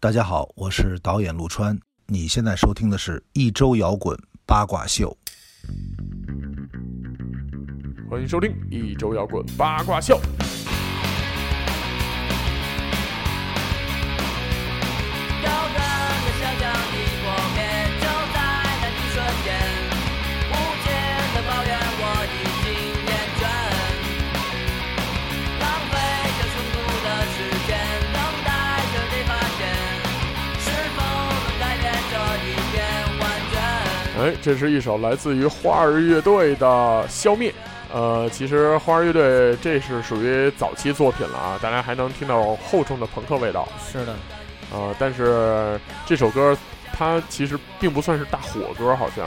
大家好，我是导演陆川。你现在收听的是一周摇滚八卦秀。欢迎收听一周摇滚八卦秀。有整个想象力破灭，就在那一瞬间，无尽的抱怨我已经厌倦，浪费着纯朴的时间，等待着被发现，是否能改变这一片完全？哎，这是一首来自于花儿乐队的《消灭》。呃，其实花儿乐队这是属于早期作品了啊，大家还能听到厚重的朋克味道。是的，呃，但是这首歌它其实并不算是大火歌，好像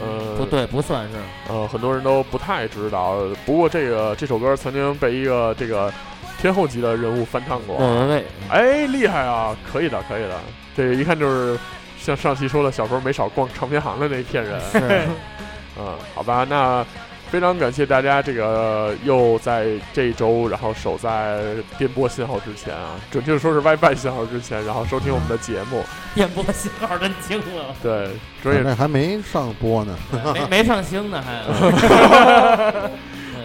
呃不对，不算是，呃很多人都不太知道。不过这个这首歌曾经被一个这个天后级的人物翻唱过。莫文蔚，哎，厉害啊！可以的，可以的，这一看就是像上期说的，小时候没少逛唱片行的那一片人。 是嗯，好吧，那非常感谢大家这个又在这一周，然后守在电波信号之前啊，准确的说是 WiFi 信号之前，然后收听我们的节目。电波信号真精了，对，所以那还没上播呢，没没上星 呢还。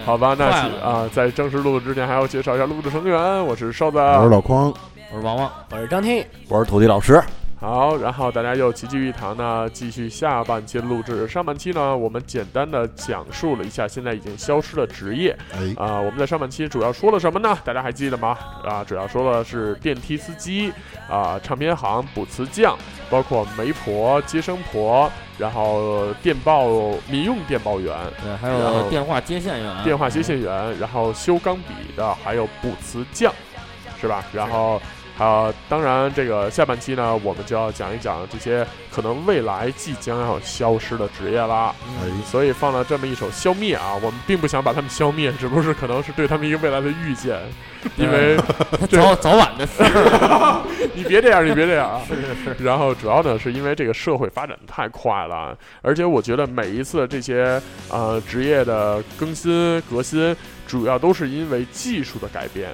好 吧，那坏是了啊，在正式录制之前，还要介绍一下录制成员，我是瘦子，我是老匡，我是王王，我是张天翼，我是土地老师，好，然后大家又齐聚一堂呢，继续下半期的录制。上半期呢，我们简单的讲述了一下现在已经消失的职业哎，啊、我们在上半期主要说了什么呢？大家还记得吗？啊，主要说的是电梯司机啊、唱片行、卜辞匠，包括媒婆、接生婆，然后电报民用电报员、对，还然后有电话接线员，啊电话接线员，然后修钢笔的，还有卜辞匠，是吧？然后啊、当然这个下半期呢，我们就要讲一讲这些可能未来即将要消失的职业啦。嗯哎，所以放了这么一首《消灭》啊，我们并不想把他们消灭，只不过是可能是对他们一个未来的预见，因为嗯，这早早晚的事儿， 你别这样，你别这样啊！是是是，然后主要呢，是因为这个社会发展太快了，而且我觉得每一次的这些呃职业的更新革新，主要都是因为技术的改变。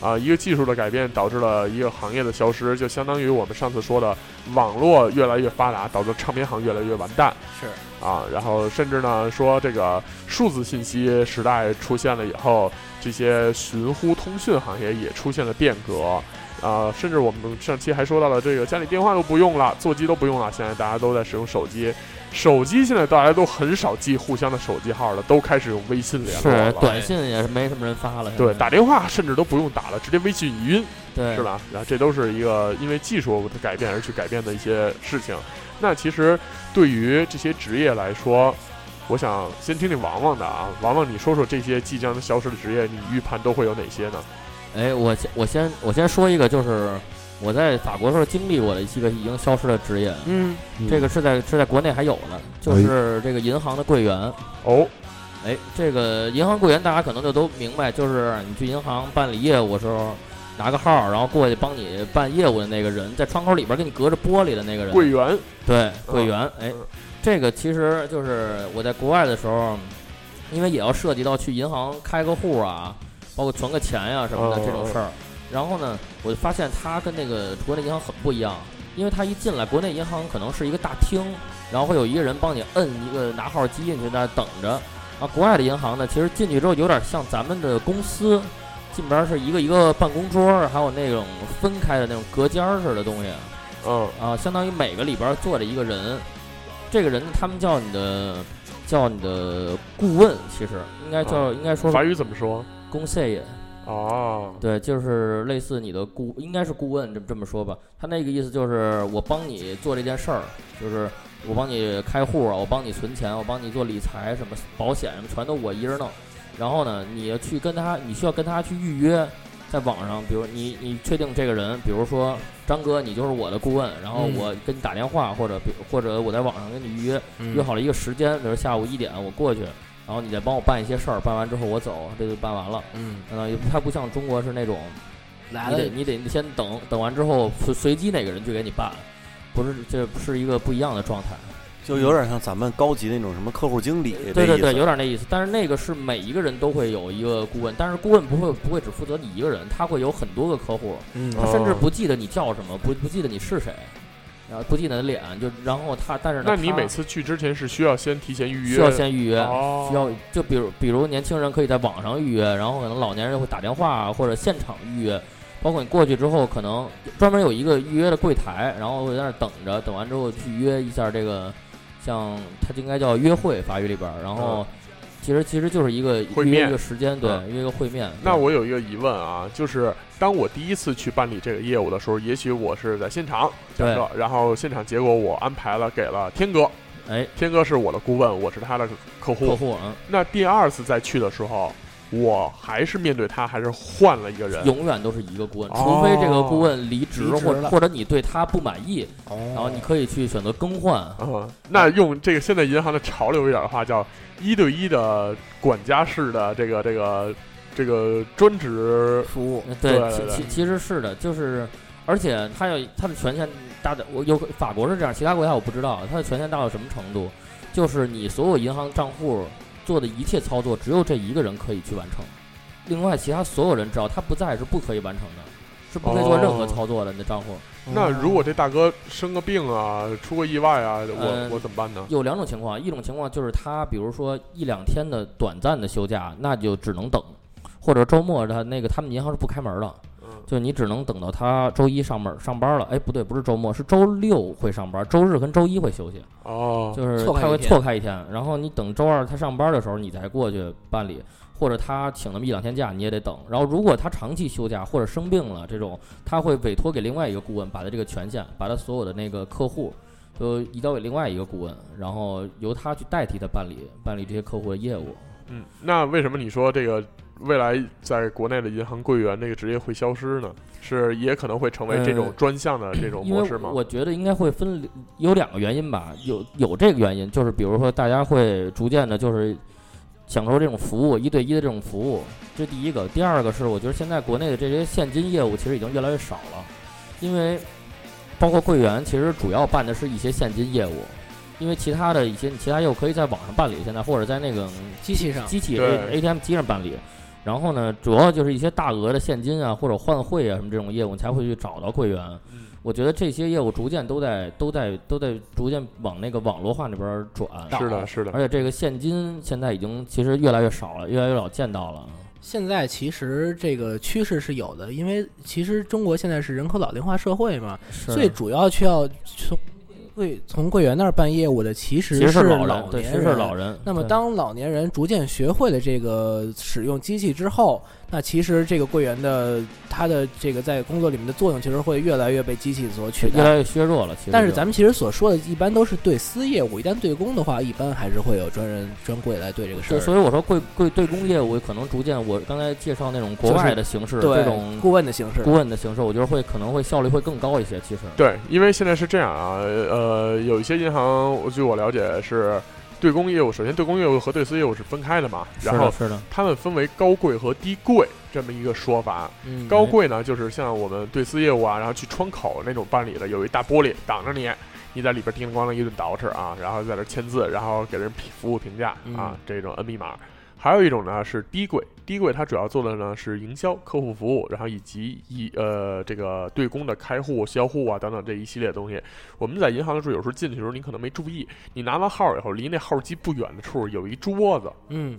啊、一个技术的改变导致了一个行业的消失，就相当于我们上次说的，网络越来越发达，导致唱片行越来越完蛋。是啊，然后甚至呢说这个数字信息时代出现了以后，这些寻呼通讯行业也出现了变革。啊，甚至我们上期还说到了这个家里电话都不用了，座机都不用了，现在大家都在使用手机。手机现在大家都很少记互相的手机号了，都开始用微信联络了。是，短信也是没什么人发了，对，现在打电话甚至都不用打了，直接微信语音对是？吧？然后这都是一个因为技术的改变而去改变的一些事情。那其实对于这些职业来说，我想先听听王王的啊，王王，你说说这些即将消失的职业，你预判都会有哪些呢？哎，我先我先我先说一个，就是我在法国时候经历过的一个已经消失的职业，嗯，哎这个是在是在国内还有呢，就是这个银行的柜员。哦，哎，这个银行柜员大家可能就都明白，就是你去银行办理业务的时候，拿个号儿，然后过去帮你办业务的那个人，在窗口里边给你隔着柜玻璃的那个人，柜员，对柜嗯员。哎嗯，这个其实就是我在国外的时候，因为也要涉及到去银行开个户啊，包括存个钱呀、什么的哦这种事儿。然后呢，我就发现它跟那个国内银行很不一样，因为它一进来，国内银行可能是一个大厅，然后会有一个人帮你摁一个拿号机，你就在那等着。啊，国外的银行呢，其实进去之后有点像咱们的公司，进边是一个一个办公桌，还有那种分开的那种隔间儿似的东西。嗯，啊，相当于每个里边儿坐着一个人，这个人呢，他们叫你的叫你的顾问，其实应该叫、应该说法是语怎么说？公 C 也哦，对，就是类似你的顾，应该是顾问这么这么说吧。他那个意思就是我帮你做这件事儿，就是我帮你开户啊，我帮你存钱，我帮你做理财什么保险什么，全都我一人弄。然后呢，你去跟他，你需要跟他去预约，在网上，比如你你确定这个人，比如说张哥，你就是我的顾问，然后嗯我跟你打电话，或者比或者我在网上跟你预约，约嗯，好了一个时间，比如下午一点我过去，然后你再帮我办一些事儿，办完之后我走，这就办完了。嗯，相当于它不像中国是那种，来你了得，你得先等等完之后随随机哪个人去给你办，不是这不是一个不一样的状态。就有点像咱们高级那种什么客户经理的对对意对，思有点那意思。但是那个是每一个人都会有一个顾问，但是顾问不会不会只负责你一个人，他会有很多个客户，嗯他甚至哦不记得你叫什么，不不记得你是谁，然后不记得你的脸，就然后他但是呢那你他每次去之前是需要先提前预约？需要先预约，哦需要就比如比如年轻人可以在网上预约，然后可能老年人会打电话啊或者现场预约，包括你过去之后，可能专门有一个预约的柜台，然后会在那儿等着，等完之后去约一下这个，像它应该叫约会法语里边儿，然后其实其实就是一个嗯会约面一个时间，对，嗯约一个会面。那对我有一个疑问啊，就是当我第一次去办理这个业务的时候，也许我是在现场，假对设，然后现场结果我安排了给了天哥，哎天哥是我的顾问，我是他的客户。客户啊，那第二次再去的时候，我还是面对他，还是换了一个人？永远都是一个顾问，哦除非这个顾问离职离职或了或者你对他不满意，哦然后你可以去选择更换。嗯，那用这个现在银行的潮流一点的话，叫一对一的管家式的这个这个这个专职服务嗯对对其其对其实是的，就是而且他有他的权限大的，我有法国是这样，其他国家我不知道，他啊的权限大到什么程度，就是你所有银行账户做的一切操作，只有这一个人可以去完成，另外其他所有人只要他不在是不可以完成的，是不可以做任何哦操作的。你的账户那如果这大哥生个病啊，出个意外啊，我嗯我怎么办呢？有两种情况，一种情况就是他比如说一两天的短暂的休假，那就只能等，或者周末他那个他们银行是不开门的。嗯，就你只能等到他周一上班上班了，哎，不对，不是周末，是周六会上班，周日跟周一会休息，哦，就是错开他会一天错开一天，然后你等周二他上班的时候你再过去办理，或者他请那么一两天假你也得等。然后如果他长期休假或者生病了这种，他会委托给另外一个顾问，把他这个权限，把他所有的那个客户都移交给另外一个顾问，然后由他去代替他办理办理这些客户的业务。嗯，那为什么你说这个未来在国内的银行柜员这个职业会消失呢？是也可能会成为这种呃专项的这种因为模式吗？我觉得应该会分有两个原因吧，有有这个原因，就是比如说大家会逐渐的，就是享受这种服务，一对一的这种服务，这第一个。第二个是，我觉得现在国内的这些现金业务其实已经越来越少了，因为包括柜员其实主要办的是一些现金业务，因为其他的一些其他业务可以在网上办理，现在或者在那个机器上机器对 A ATM 机上办理。然后呢，主要就是一些大额的现金啊，或者换汇啊什么这种业务，你才会去找到柜员。嗯我觉得这些业务逐渐都在都在都在逐渐往那个网络化那边转。是的，是的，而且这个现金现在已经其实越来越少了，越来越少见到了。现在其实这个趋势是有的，因为其实中国现在是人口老龄化社会嘛，是啊最主要需要从柜从柜员那儿办业务的其实其实是老人，对，其年实是老人。那么对当老年人逐渐学会了这个使用机器之后，那其实这个柜员的他的这个在工作里面的作用，其实会越来越被机器所取越代。来越削弱了，其实但是就咱们其实所说的，一般都是对私业务，一旦对公的话，一般还是会有专人专柜来对这个事对，儿。所以我说贵贵对公业务可能逐渐，我刚才介绍那种国就是外的形式，这对种顾问的形式顾，问的形式，我觉得会可能会效率会更高一些。其实，对，因为现在是这样啊，呃，有一些银行，我据我了解是对公业务，首先对公业务和对私业务是分开的嘛，是然后的，是的，他们分为高柜和低柜这么一个说法。嗯高柜呢，就是像我们对私业务啊，然后去窗口那种办理的，有一大玻璃挡着你， 你在里边叮铃咣啷一顿捯饬啊，然后在那签字，然后给人批服务评价啊嗯，这种摁密码。还有一种呢是低柜，低柜它主要做的呢是营销、客户服务，然后以及一呃这个对公的开户、销户啊等等这一系列的东西。我们在银行的时候，有时候进去的时候你可能没注意，你拿完号以后，离那号机不远的处有一桌子，嗯，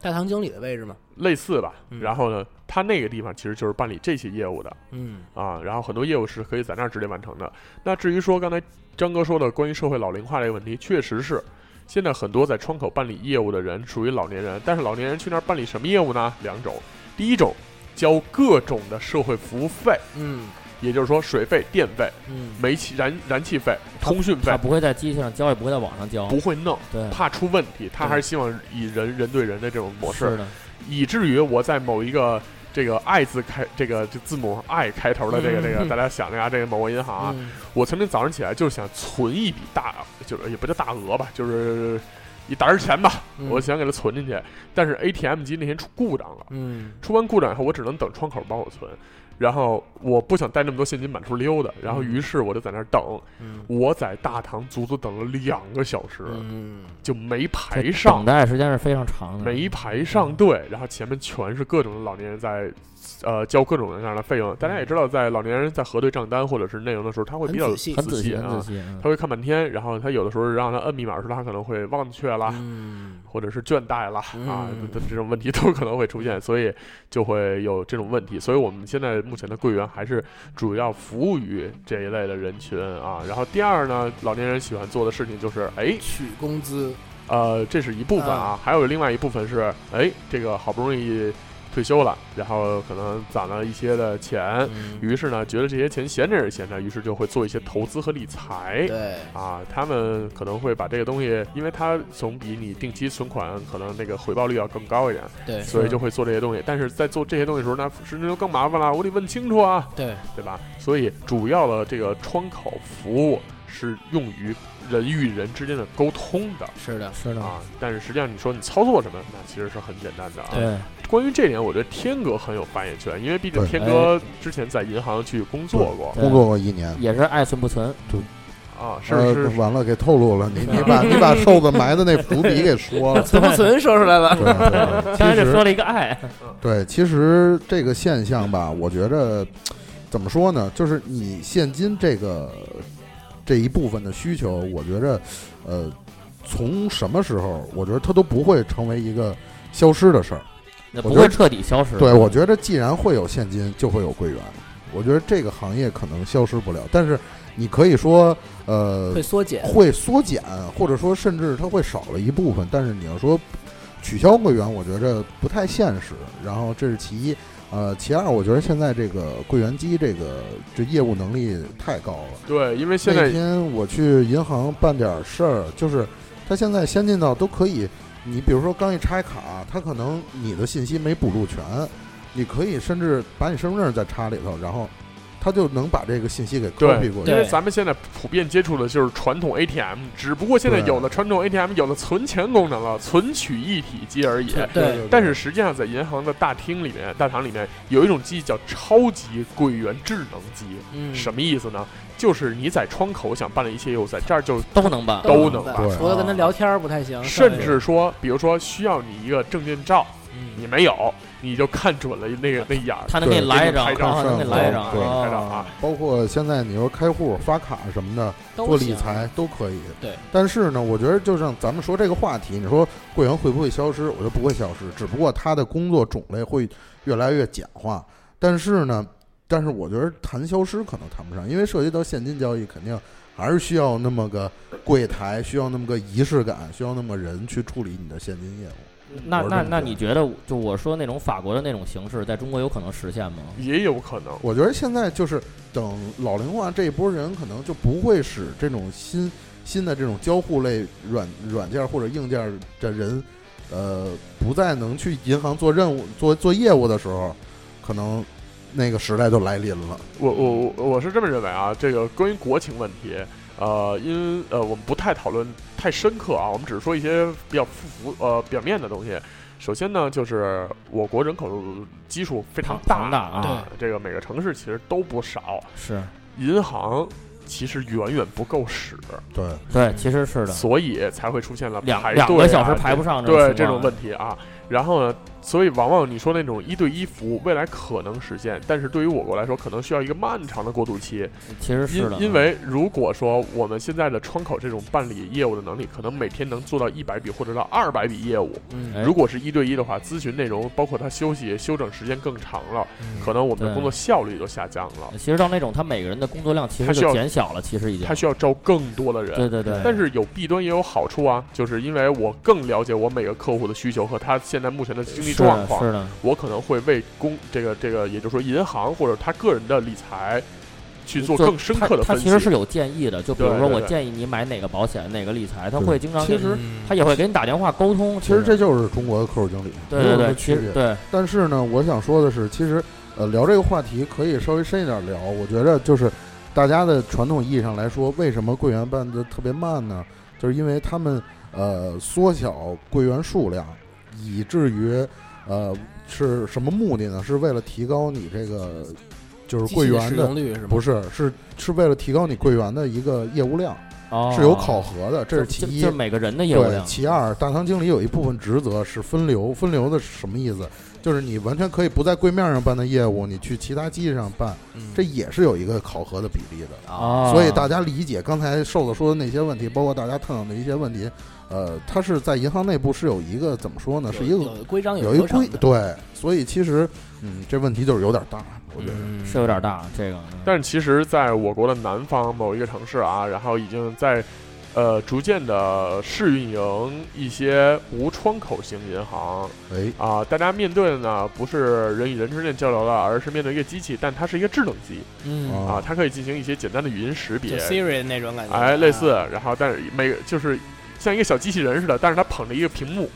大堂经理的位置嘛，类似吧。嗯然后呢，它那个地方其实就是办理这些业务的嗯，啊，然后很多业务是可以在那儿直接完成的。那至于说刚才张哥说的关于社会老龄化这个问题，确实是。现在很多在窗口办理业务的人属于老年人，但是老年人去那儿办理什么业务呢？两种，第一种交各种的社会服务费，嗯也就是说水费、电费、嗯，煤气燃燃气费、他通讯他费，不嗯会在机器上交，也不会在网上交，不会弄，对，怕出问题，他还是希望以人人对人的这种模式嗯是。的，以至于我在某一个这个 i 字开这个这字母 i 开头的这个嗯这个，嗯大家想一下这个某个银行啊，嗯我曾经早上起来就是想存一笔大，就是也不叫大额吧，就是一沓儿钱吧，嗯我想给它存进去，但是 ATM 机那天出故障了，嗯出完故障以后，我只能等窗口帮我存。然后我不想带那么多现金满处溜达，然后于是我就在那儿等，嗯我在大堂足足等了两个小时，嗯，就没排这上等，待时间是非常长的，嗯没排嗯上队，然后前面全是各种老年人在，呃，交各种各样的费用。大家也知道，在老年人在核对账单或者是内容的时候，他会比较嗯很仔细很仔细，很啊仔，细。嗯他会看半天，然后他有的时候让他摁密码的时候，他可能会忘却了，嗯或者是倦怠了、啊嗯，这这种问题都可能会出现，所以就会有这种问题。所以我们现在目前的柜员还是主要服务于这一类的人群啊。然后第二呢，老年人喜欢做的事情就是，哎，取工资，呃，这是一部分嗯啊，还有另外一部分是，哎，这个好不容易退休了，然后可能攒了一些的钱，嗯，于是呢，觉得这些钱闲着也是闲着，于是就会做一些投资和理财。对，啊，他们可能会把这个东西，因为它总比你定期存款可能那个回报率要更高一点，对，所以就会做这些东西。但是在做这些东西的时候，那事情就更麻烦了，我得问清楚啊，对，对吧？所以主要的这个窗口服务是用于人与人之间的沟通的。是的，。是的，啊，但是实际上你说你操作什么，那其实是很简单的啊。对，关于这点，我觉得天哥很有发言权，因为毕竟对天哥之前在银行去工作过对工作过一年，也是爱存不存，啊，是不是呃，完了给透露了，你嗯 你把你把瘦子埋的那伏笔给说了存不存说出来了，对对，刚才其就说实了一个爱， 对，其实这个现象吧，我觉着怎么说呢，就是你现金这个这一部分的需求，我觉着呃，从什么时候，我觉得它都不会成为一个消失的事儿。那我不觉会得彻底消失。对，我觉得既然会有现金，就会有柜员。我觉得这个行业可能消失不了，但是你可以说，呃，会缩减，会缩减，或者说甚至它会少了一部分。但是你要说取消柜员，我觉着不太现实。然后这是其一，呃，其二，我觉得现在这个柜员机这个这业务能力太高了。对，因为现在那天我去银行办点事儿，就是它现在先进到都可以，你比如说刚一插卡，它可能你的信息没补录全，你可以甚至把你身份证再插里头，然后它就能把这个信息给 copy 过去因。为对咱们现在普遍接触的就是传统 ATM，只不过现在对有了传统 ATM 有了存钱功能了，存取一体机而已。对，但是实际上，在银行的大厅里面、大堂里面有一种机叫超级柜员智能机，嗯，什么意思呢？就是你在窗口想办的一切业务，在这儿就都能办，都能能办对除了跟他聊天儿不太行，甚至说，比如说需要你一个证件照，嗯你没有，你就看准了 那个那眼儿，他能给你来一张，对然后能给你来一张，对啊对拍照哦啊，包括现在你说开户、发卡什么的，都做理行财都可以。对，但是呢，我觉得就像咱们说这个话题，你说柜员会不会消失？我觉得不会消失，只不过他的工作种类会越来越简化。但是呢，但是我觉得谈消失可能谈不上，因为涉及到现金交易，肯定还是需要那么个柜台，需要那么个仪式感，需要那么人去处理你的现金业务。那我是这那那么觉得你觉得，就我说那种法国的那种形式，在中国有可能实现吗？也有可能。我觉得现在就是等老龄化这一波人，可能就不会使这种新新的这种交互类软软件或者硬件的人，呃，不再能去银行做任务、做做业务的时候，可能那个时代就来临了。我我我我是这么认为啊，这个关于国情问题，呃，因呃我们不太讨论太深刻啊，我们只是说一些比较复杂呃表面的东西。首先呢，就是我国人口基数非常庞大，大啊，啊这个每个城市其实都不少，是银行其实远远不够使，对，对，其实是的，所以才会出现了两排队、啊、两个小时排不上对这这种问题啊。然后呢，所以往往你说那种一对一服务，未来可能实现，但是对于我国来说，可能需要一个漫长的过渡期。情，其实是因的，因为如果说我们现在的窗口这种办理业务的能力，可能每天能做到一百笔或者到二百笔业务。哎如果是一对一的话，咨询内容包括他休息休整时间更长了，可能我们的嗯对工作效率就下降了。其实到那种他每个人的工作量其他实需要就减小了，其实已经他，需要招更多的人，哎对对对，但是有弊端也有好处啊，就是因为我更了解我每个客户的需求和他现在目前的经济是的状况，是的，我可能会为公这个这个，也就是说银行或者他个人的理财去做就更深刻的呃他分他析其。实是有建议的，就比如对说对我对建议你买哪个保险，哪个理财，他对会经常其给你，实嗯他也会给你打电话沟通。其实这就是中国的客户经理，对没对有什对，么其区别实。对但是呢，我想说的是，其实呃，聊这个话题可以稍微深一点聊。我觉着就是大家的传统意义上来说，为什么柜员办的特别慢呢？就是因为他们呃缩小柜员数量，以至于呃是什么目的呢？是为了提高你这个就是机柜器的员使的用率是吗？不是是是为了提高你柜员的一个业务量，哦是有考核的，这就是其就一就是。每个人的业务对，量。其二，大堂经理有一部分职责是分流，分流的是什么意思？就是你完全可以不在柜面上办的业务，你去其他机器上办，嗯这也是有一个考核的比例的。啊，所以大家理解刚才瘦子说的那些问题，包括大家探讨的一些问题，呃，它是在银行内部是有一个怎么说呢？有是一个有规章有一流程规的，对，所以其实嗯，这问题就是有点大，我觉得。嗯是有点大，这个。但是其实，在我国的南方某一个城市啊，然后已经在呃逐渐的试运营一些无窗口型银行哎，啊、大家面对的呢不是人与人之间交流了，而是面对一个机器，但它是一个智能机嗯，啊啊、它可以进行一些简单的语音识就别， Siri 那种感觉，哎，类似啊，然后但是每个就是像一个小机器人似的，但是它捧着一个屏幕，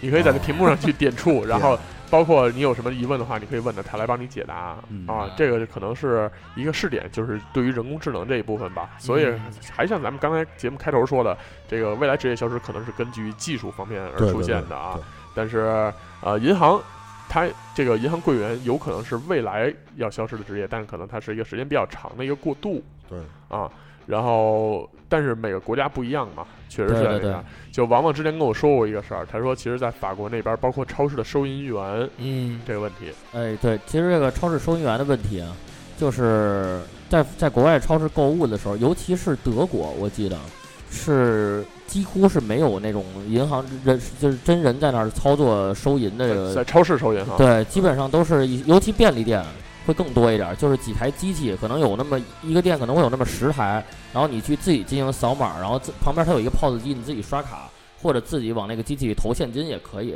你可以在这屏幕上去点触，然后包括你有什么疑问的话，你可以问他，他来帮你解答、嗯啊。这个可能是一个试点，就是对于人工智能这一部分吧。所以还像咱们刚才节目开头说的，这个未来职业消失可能是根据技术方面而对出对现对的啊。对但是呃，银行。它这个银行柜员有可能是未来要消失的职业，但是可能它是一个时间比较长的一个过渡。对啊，然后但是每个国家不一样嘛，确实是对这对对样。就王王之前跟我说过一个事儿，他说其实，在法国那边，包括超市的收银员嗯，这个问题，哎，对，其实这个超市收银员的问题啊，就是在在国外超市购物的时候，尤其是德国，我记得是几乎是没有那种银行人就是真人在那儿操作收银的这在个，超市收银哈，对，基本上都是一尤其便利店会更多一点，就是几台机器，可能有那么一个店可能会有那么十台，然后你去自己进行扫码，然后自旁边它有一个 POS 机，你自己刷卡或者自己往那个机器里投现金也可以，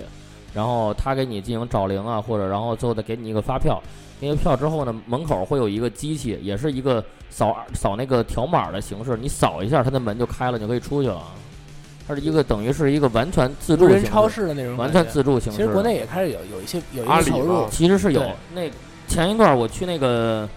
然后他给你进行找零啊，或者然后最后再给你一个发票，给你票之后呢，门口会有一个机器，也是一个扫扫那个条码的形式，你扫一下，它的门就开了，你就可以出去了。它是一个等于是一个完全自助无人形超式，市的那种完感觉，全自助形其式。实国内也开始有有一些有一阿些里啊投入嘛，其实是有对那前一段我去那个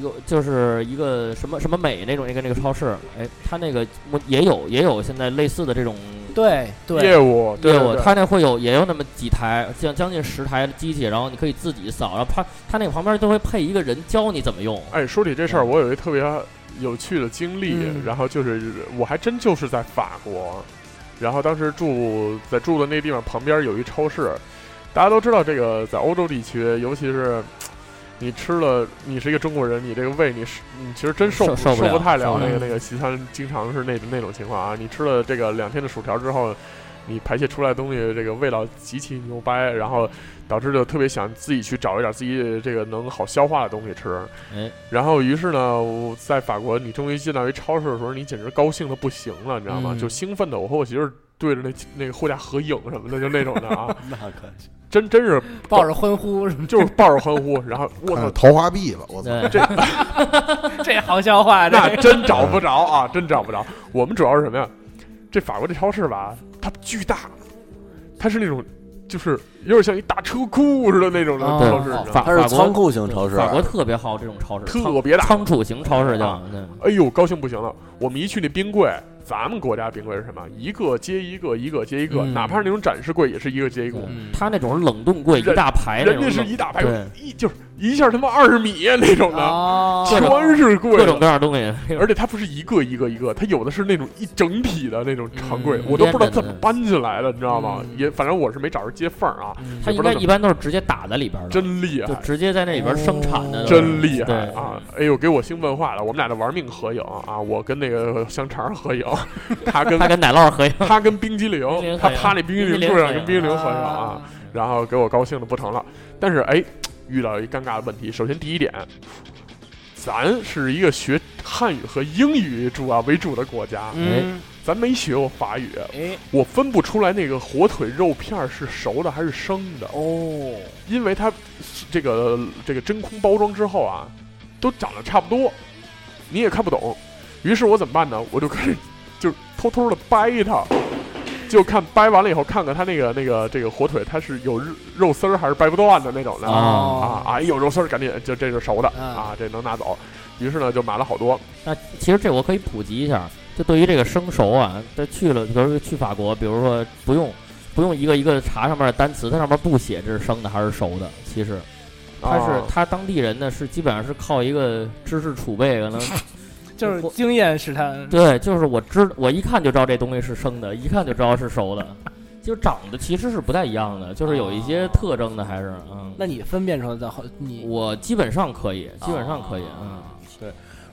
有就是一个什么什么美那种一个那个超市，哎，它那个目也有也有现在类似的这种对对业，务对业务，对它那会有也有那么几台，将将近十台机器，然后你可以自己扫，然后它它那个旁边都会配一个人教你怎么用。哎，说起这事嗯儿，我有一个特别有趣的经历，嗯然后就是我还真就是在法国，然后当时住在住的那地方旁边有一超市，大家都知道这个在欧洲地区，尤其是。你吃了，你是一个中国人，你这个胃，你是你其实真受受受不不了太了受不那了个那个西餐，经常是那那种情况啊。你吃了这个两天的薯条之后，你排泄出来的东西这个味道极其牛掰，然后导致就特别想自己去找一点自己这个能好消化的东西吃。哎，然后于是呢，我在法国，你终于进到一超市的时候，你简直高兴的不行了，你知道吗？嗯就兴奋的，我和我媳妇儿对着那那个货架合影什么的，就那种的 啊，那可是真真是抱着欢呼什么，就是抱着欢呼，然后我看操着，桃花币了，我操！对，这好消化，这那真找不着啊，真找不着。我们主要是什么呀？这法国这超市吧，它巨大，它是那种就是有点像一大车库似的那种的哦超市，你知哦道吗法它法国是仓库型超市，法国特别好这种超市，特别大。仓仓储型超市叫啊。对哎呦，高兴不行了！我们一去那冰柜，咱们国家冰柜是什么？一个接一个，一个接一个，嗯哪怕是那种展示柜，也是一个接一个。嗯它那种冷冻柜一人大排那人种家冷，是一大排对，啊一就是一下他妈二十米啊那种的，哦，全是柜各子种各样的东 西，而且它不是一个一个一个，它有的是那种一整体的那种长柜，嗯我都不知道连着怎的么搬进来的，你知道吗？嗯也反正我是没找着接缝儿啊，嗯它应该一般都是直接打在里边的，真厉就害，直接在那里边生产的，哦真厉害对啊！哎呦，给我兴奋坏了，我们俩就玩命合影啊，我跟那个香肠合影， 他跟他跟奶酪合 影，他跟冰激冰凌，激凌他合影趴那冰激冰激凌凌桌上合跟影冰激凌合影啊，，然后给我高兴的不成了。但是哎，遇到一尴尬的问题，首先第一点。咱是一个学汉语和英语主要为主的国哎家，嗯，咱没学过法语，哎，我分不出来那个火腿肉片儿是熟的还是生的，哦，因为它这个这个真空包装之后啊，都长得差不多，你也看不懂。于是我怎么办呢？我就开始就偷偷的掰它，就看掰完了以后，看看它那个那个这个火腿它是有肉肉丝儿还是掰不断的那种的啊哦啊！有肉丝儿赶紧就这是熟的嗯啊，这能拿走。于是呢就买了好多，那其实这我可以普及一下，就对于这个生熟啊，这去了，比如说去法国，比如说不用不用一个一个查上面的单词，它上面不写这是生的还是熟的，其实他是啊他当地人呢，是基本上是靠一个知识储备，可能就是经验使他对，就是我知我一看就知道这东西是生的，一看就知道是熟的， 就长得其实是不太一样的，就是有一些啊哦特征的，还是嗯，那你分辨出来的后，你啊我基本上可以，基本上可以，嗯，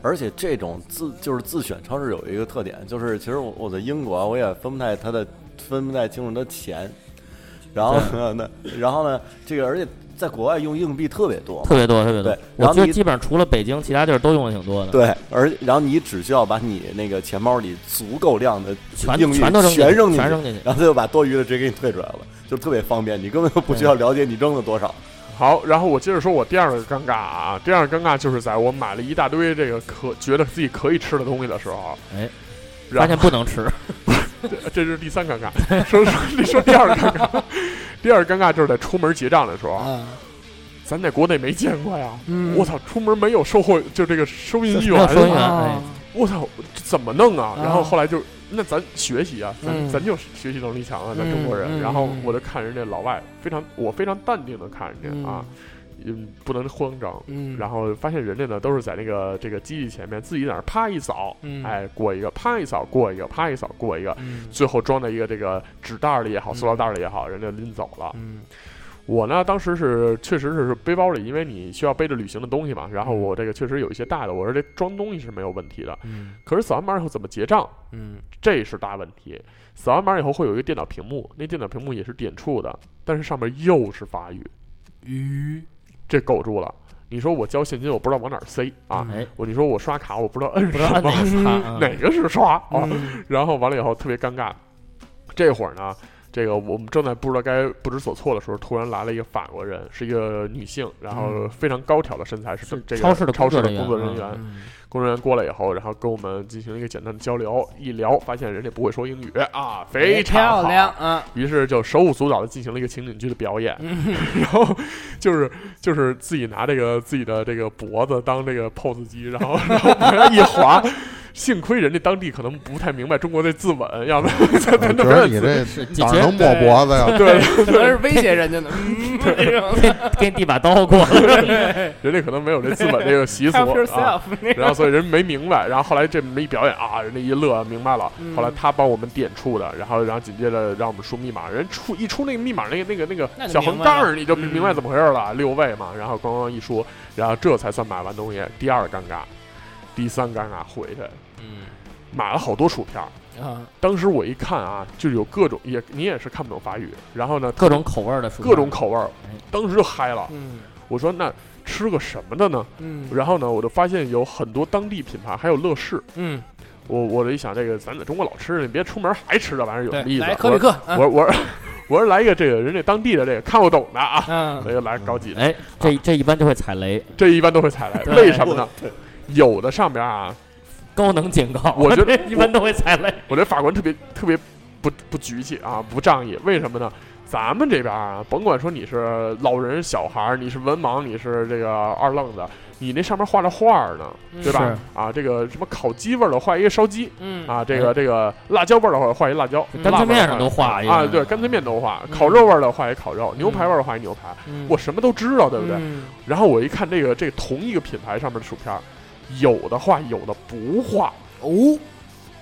而且这种自就是自选超市有一个特点，就是其实我我在英国啊我也分不太它的分不太清楚它的钱，然后呢，那然后呢，这个而且在国外用硬币特别多嘛，特别多特别多对，我然后觉得你基本上除了北京，其他地儿都用的挺多的，对，而然后你只需要把你那个钱包里足够量的全硬币全都扔全扔进进全去，扔进去。然后他就把多余的直接给你退出来了，就特别方便，你根本就不需要了解你扔了多少。好，然后我接着说，我第二个尴尬啊，第二个尴尬就是在我买了一大堆这个可觉得自己可以吃的东西的时候，啊哎，然发后现不能吃，这这是第三尴尬， 说说你说第二个尴尬，第二个尴尬就是在出门结账的时候，啊，咱在国内没见过呀，嗯，我操，出门没有售货就这个收银没有收银员，员啊，我操，这怎么弄啊？啊然后后来就那咱学习啊，咱嗯咱就学习能力强啊，咱嗯中国人。嗯然后嗯我就看人家老外，非常我非常淡定的看人家啊，嗯，不能慌张。嗯，然后后发现人家呢都是在那个这个机器前面自己在那儿啪一扫，嗯哎，过一个，啪一扫，过一个，啪一扫，过一个，嗯最后装在一个这个纸袋儿里也好，嗯塑料袋儿里也好，人家拎走了。嗯我呢，当时是确实是背包里，因为你需要背着旅行的东西嘛。然后我这个确实有一些大的，我说这装东西是没有问题的。嗯可是扫完码以后怎么结账，嗯这是大问题。扫完码以后会有一个电脑屏幕，那电脑屏幕也是点触的，但是上面又是法语，鱼这苟住了。你说我交现金，我不知道往哪儿塞啊。哎，我你说我刷卡，我不知道摁 不知道什按么哪，个嗯擦， 哪个是刷啊？嗯然后完了以后特别尴尬。这会儿呢，这个我们正在不知道该不知所措的时候，突然来了一个法国人，是一个女性，然后非常高挑的身材，是这是么这个超市的超市的工工作作人人员嗯员。工作人员过来以后，然后跟我们进行了一个简单的交流，一聊发现人家不会说英语啊，非常哎好漂亮。啊，于是就手舞足蹈的进行了一个情景剧的表演，然后就是就是自己拿这个自己的这个脖子当这个 POS 机，然后然后往下一滑，幸亏人家当地可能不太明白中国这字吻，要不然咱我咱觉都得认你识。这是解哪儿决能抹脖子 呀？对，可能是威胁 人家呢，嗯，那种给你递把刀过来，人家可能没有这字吻这个习俗 help 啊。 yourself 那种 然后所以人没明白，然后后来这么一表演啊，人家一乐明白了。嗯后来他帮我们点出的，然后然后紧接着让我们输密码，人出一出那个密码，那个那个那那个就小明横白杠了儿，你就嗯明白怎么回事了，六位嘛。然后咣咣一输，然后这才算买完东西。第二尴尬，第三尴尬，回去嗯买了好多薯片儿。啊，当时我一看啊，就有各种也你也是看不懂法语，然后呢各种口味儿的薯片，各种口味儿哎，当时就嗨了。嗯我说那吃个什么的呢？嗯，然后呢，我就发现有很多当地品牌，还有乐事。嗯，我我这一想，这个咱在中国老吃，你别出门还吃这玩意儿，有什对么意，思来啊？可比克，啊我我我我说来一个这个人家当地的这个看不懂的啊，嗯来个来高级的，哎，这这一般就会踩雷，这一般都会踩雷，对为什么呢？有的上边啊，高能警告，我觉得 一般都会踩雷。我这法官特别特别不不局气啊，不仗义，为什么呢？咱们这边啊，甭管说你是老人、小孩儿，你是文盲，你是这个二愣子，你那上面画着画儿呢，对吧？啊，这个什么烤鸡味儿的画一个烧鸡，嗯啊，这个这个辣椒味儿的话画一辣椒，嗯干辣脆味儿面上都画一个啊，对，干脆面都画，嗯烤肉味儿的画一烤肉，牛排嗯味儿的画一牛排，嗯我什么都知道，对不对？嗯然后我一看这个这同一个品牌上面的薯片儿，有的画，有的不画，哦，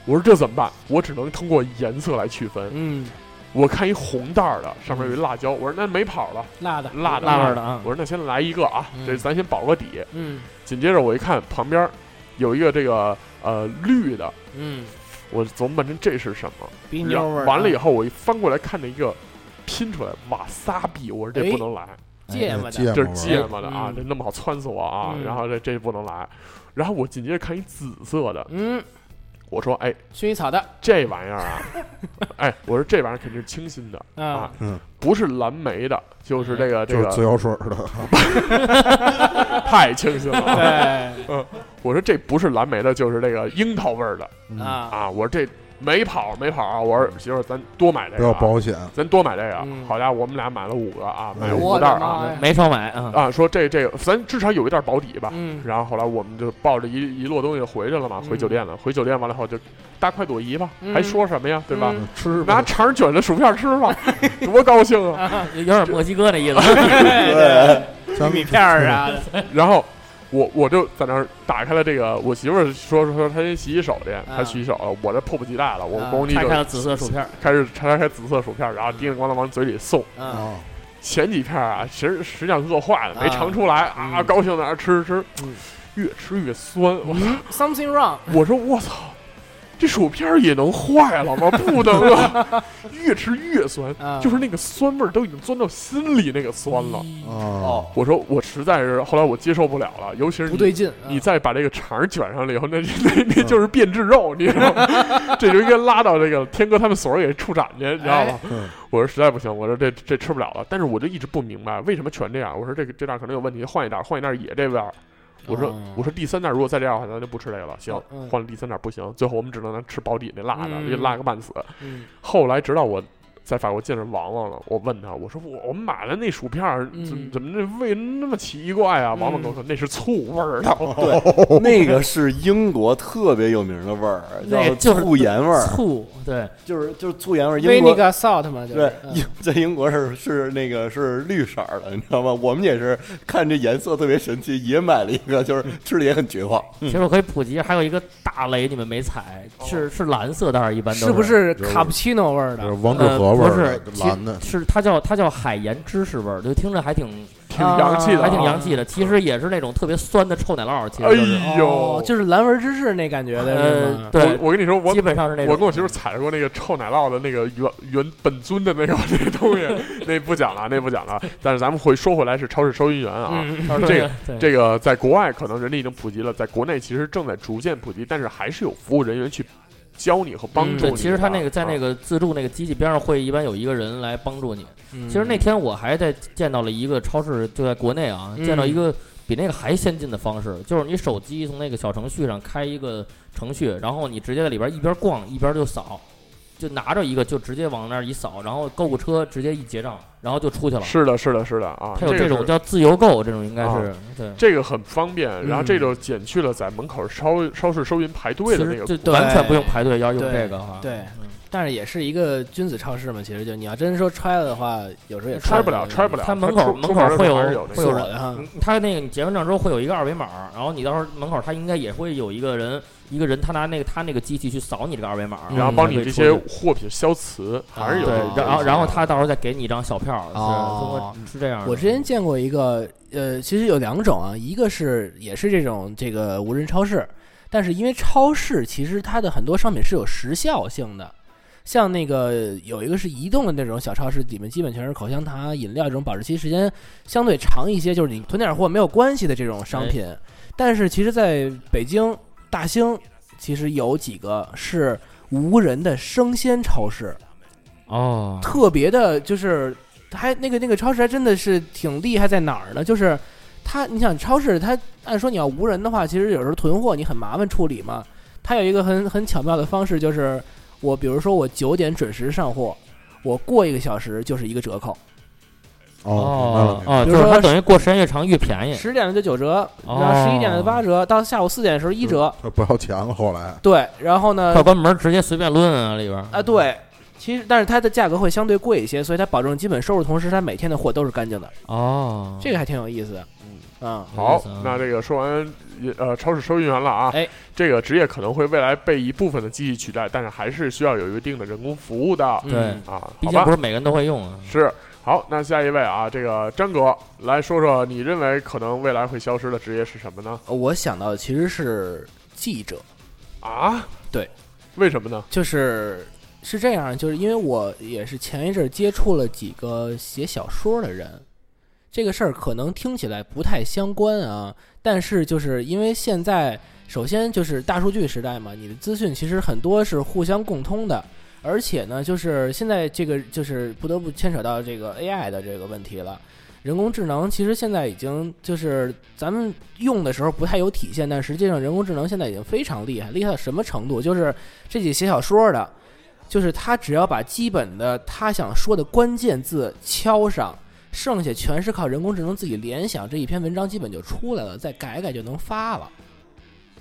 我说这怎么办？我只能通过颜色来区分。嗯，我看一红袋儿的，上面有一辣椒，我说那没跑了，嗯辣的，辣的辣味儿的啊我，说那先来一个啊，嗯这咱先保个底。嗯紧接着我一看旁边儿有一个这个呃绿的，嗯，我琢磨半天这是什么。鼻然妞后味儿，啊完了以后后，我一翻过来看着一个拼出来瓦萨比，我说这哎不能来，芥末的，芥这末是味芥儿，末的啊，嗯这那么好撺死我啊，嗯然后这这不能来。然后我紧接着看一紫色的，嗯，我说哎，薰衣草的，这玩意儿 啊，哎，我说这玩意儿肯定是清新的，啊，不是蓝莓的，就是这个这嗯就是个自由水儿 的，太清新了啊。 对我说这不是蓝莓的，就是这个樱桃味儿的啊，啊。我说这没跑没跑啊，我说媳妇儿，咱多买这不个要啊，保险，咱多买这个啊嗯。好家伙，我们俩买了五个啊，买哎了五我个的袋儿啊。妈呀，没少买啊，啊，说这这个，咱至少有一袋保底吧。嗯然后后来我们就抱着一一摞东西回去了嘛，回酒店了。回酒店完了后就大快朵颐吧，还嗯说什么呀，对吧？嗯吃 拿吧肠 卷着薯片吃吧，多高兴啊！有有点墨西哥那意思。对，像咱玉米片儿啊，然后我我就在那儿打开了这个，我媳妇儿说说说她这洗衣手去，她洗衣手，我这迫不及待了，我啊咣叽拆就开了紫色薯片儿，开始拆开紫色薯片，嗯然后叮铃咣啷往嘴里送。啊，啊，前几片啊，其实实际上饿坏了，没啊尝出来啊，嗯高兴在那儿吃吃嗯，越吃越酸。我 something wrong，我说我操，这薯片儿也能坏了吗？不能啊， 越吃越酸，啊 就是那个酸味儿都已经钻到心里那个酸了。嗯啊哦，我说我实在是后来我接受不了了，尤其是不你对劲，嗯啊你再把这个肠儿卷上了以后，那 那那就是变质肉，你知道吗？ 这就应该拉到这个天哥他们所儿给处斩去，你知道哎吗？嗯我说实在不行，我说这这吃不了了。但是我就一直不明白为什么全这样。我说这个这袋儿可能有问题，换一袋儿，换一袋儿也这味儿。我说、哦我说第三袋儿如果再这样的话，咱就不吃这个了。行，嗯换了第三袋儿不行，最后我们只能吃保底那辣的，嗯也辣个半死。嗯后来直到我在法国见着王王了，我问他，我说我我买了那薯片儿，嗯怎么怎么那味那么奇怪啊？王王跟我说那是醋味儿的。啊 对，那个是英国特别有名的味儿，那个就叫是醋盐味儿，醋对， 就是就是醋盐味儿。 v i 英 n e 国 g a salt 嘛，就是对，嗯英 在英国是是那个是绿色儿的，你知道吗？我们也是看这颜色特别神奇，也买了一个，就是 吃的也很绝望。嗯其实我可以普及，还有一个大雷你们没踩，哦是是蓝色袋儿，一般都是不是卡布奇诺味儿就是的？王致和味呃不儿是的，其蓝的，是它叫它叫海盐芝士味儿，就听着还挺挺洋气的啊还挺洋气的，其实也是那种特别酸的臭奶酪儿，其实哎就是呦哎哦，，就是蓝纹芝士那感觉的，是呃吗？对，我我跟你说，我基本上是那种。我跟我媳妇踩过那个臭奶酪的那个原原本尊的那个 那个东西，那不讲了，那不讲了。但是咱们回说回来是超市收银员啊。嗯，啊这个对这个在国外可能人家已经普及了，在国内其实正在逐渐普及，但是还是有服务人员去教你和帮助嗯你的对啊、其实他那个在那个自助那个机器边上会一般有一个人来帮助你。嗯其实那天我还在见到了一个超市，就在国内啊，嗯见到一个比那个还先进的方式，就是你手机从那个小程序上开一个程序，然后你直接在里边一边逛一边就扫，就拿着一个就直接往那儿一扫，然后购物车直接一结账，然后就出去了。是的，是的，是的啊，它有这个种是叫自由购，这种应该是啊对。这个很方便，然后嗯这就减去了在门口超超市收银排队的其那实个就过程。完全不用排队，要用对这个哈。对嗯，但是也是一个君子超市嘛，其实就你要真说揣了的话，有时候也揣不了，揣揣不了。它门口出门出口门的时候会有还是有那个会有人的哈嗯他那个你结完账之后会有一个二维码，然后你到时候门口他应该也会有一个人，一个人他拿那个他那个机器去扫你这个二维码，嗯然后帮你才会这出些去货品消磁，还是有对这个，然后然后他到时候再给你一张小票，是通哦过是这样的。我之前见过一个，呃，其实有两种啊，一个是也是这种这个无人超市，但是因为超市其实它的很多商品是有时效性的，像那个有一个是移动的那种小超市，里面基本全是口香糖、饮料这种保质期时间相对长一些，就是你囤点货没有关系的这种商品。但是其实在北京大兴，其实有几个是无人的生鲜超市，哦，特别的，就是还那个那个超市还真的是挺厉害，在哪儿呢？就是它，你想超市它按说你要无人的话，其实有时候囤货你很麻烦处理嘛。它有一个很很巧妙的方式，就是我比如说我九点准时上货，我过一个小时就是一个折扣，哦，明白了哦，比就是如说它等于过时间越长越便宜。十点的就九折，嗯哦嗯然后十一点的八折，到下午四点的时候一折。他不要钱了，后来对，然后呢快，关门，直接随便抡啊里边啊，对。其实，但是它的价格会相对贵一些，所以它保证基本收入，同时它每天的货都是干净的，哦，这个还挺有意思的。嗯，啊，好有意思啊，那这个说完呃超市收银员了啊，哎，这个职业可能会未来被一部分的机器取代，但是还是需要有一定的人工服务的啊，对嗯毕好竟不吧，是每个人都会用啊。是。好，那下一位啊，这个张哥来说说，你认为可能未来会消失的职业是什么呢？呃我想到的其实是记者，啊，对，为什么呢？就是是这样，就是因为我也是前一阵儿接触了几个写小说的人，这个事儿可能听起来不太相关啊，但是就是因为现在首先就是大数据时代嘛，你的资讯其实很多是互相共通的。而且呢，就是现在这个就是不得不牵扯到这个 AI 的这个问题了。人工智能其实现在已经就是咱们用的时候不太有体现，但实际上人工智能现在已经非常厉害，厉害到什么程度？就是这几写小说的，就是他只要把基本的他想说的关键字敲上，剩下全是靠人工智能自己联想，这一篇文章基本就出来了，再改改就能发了。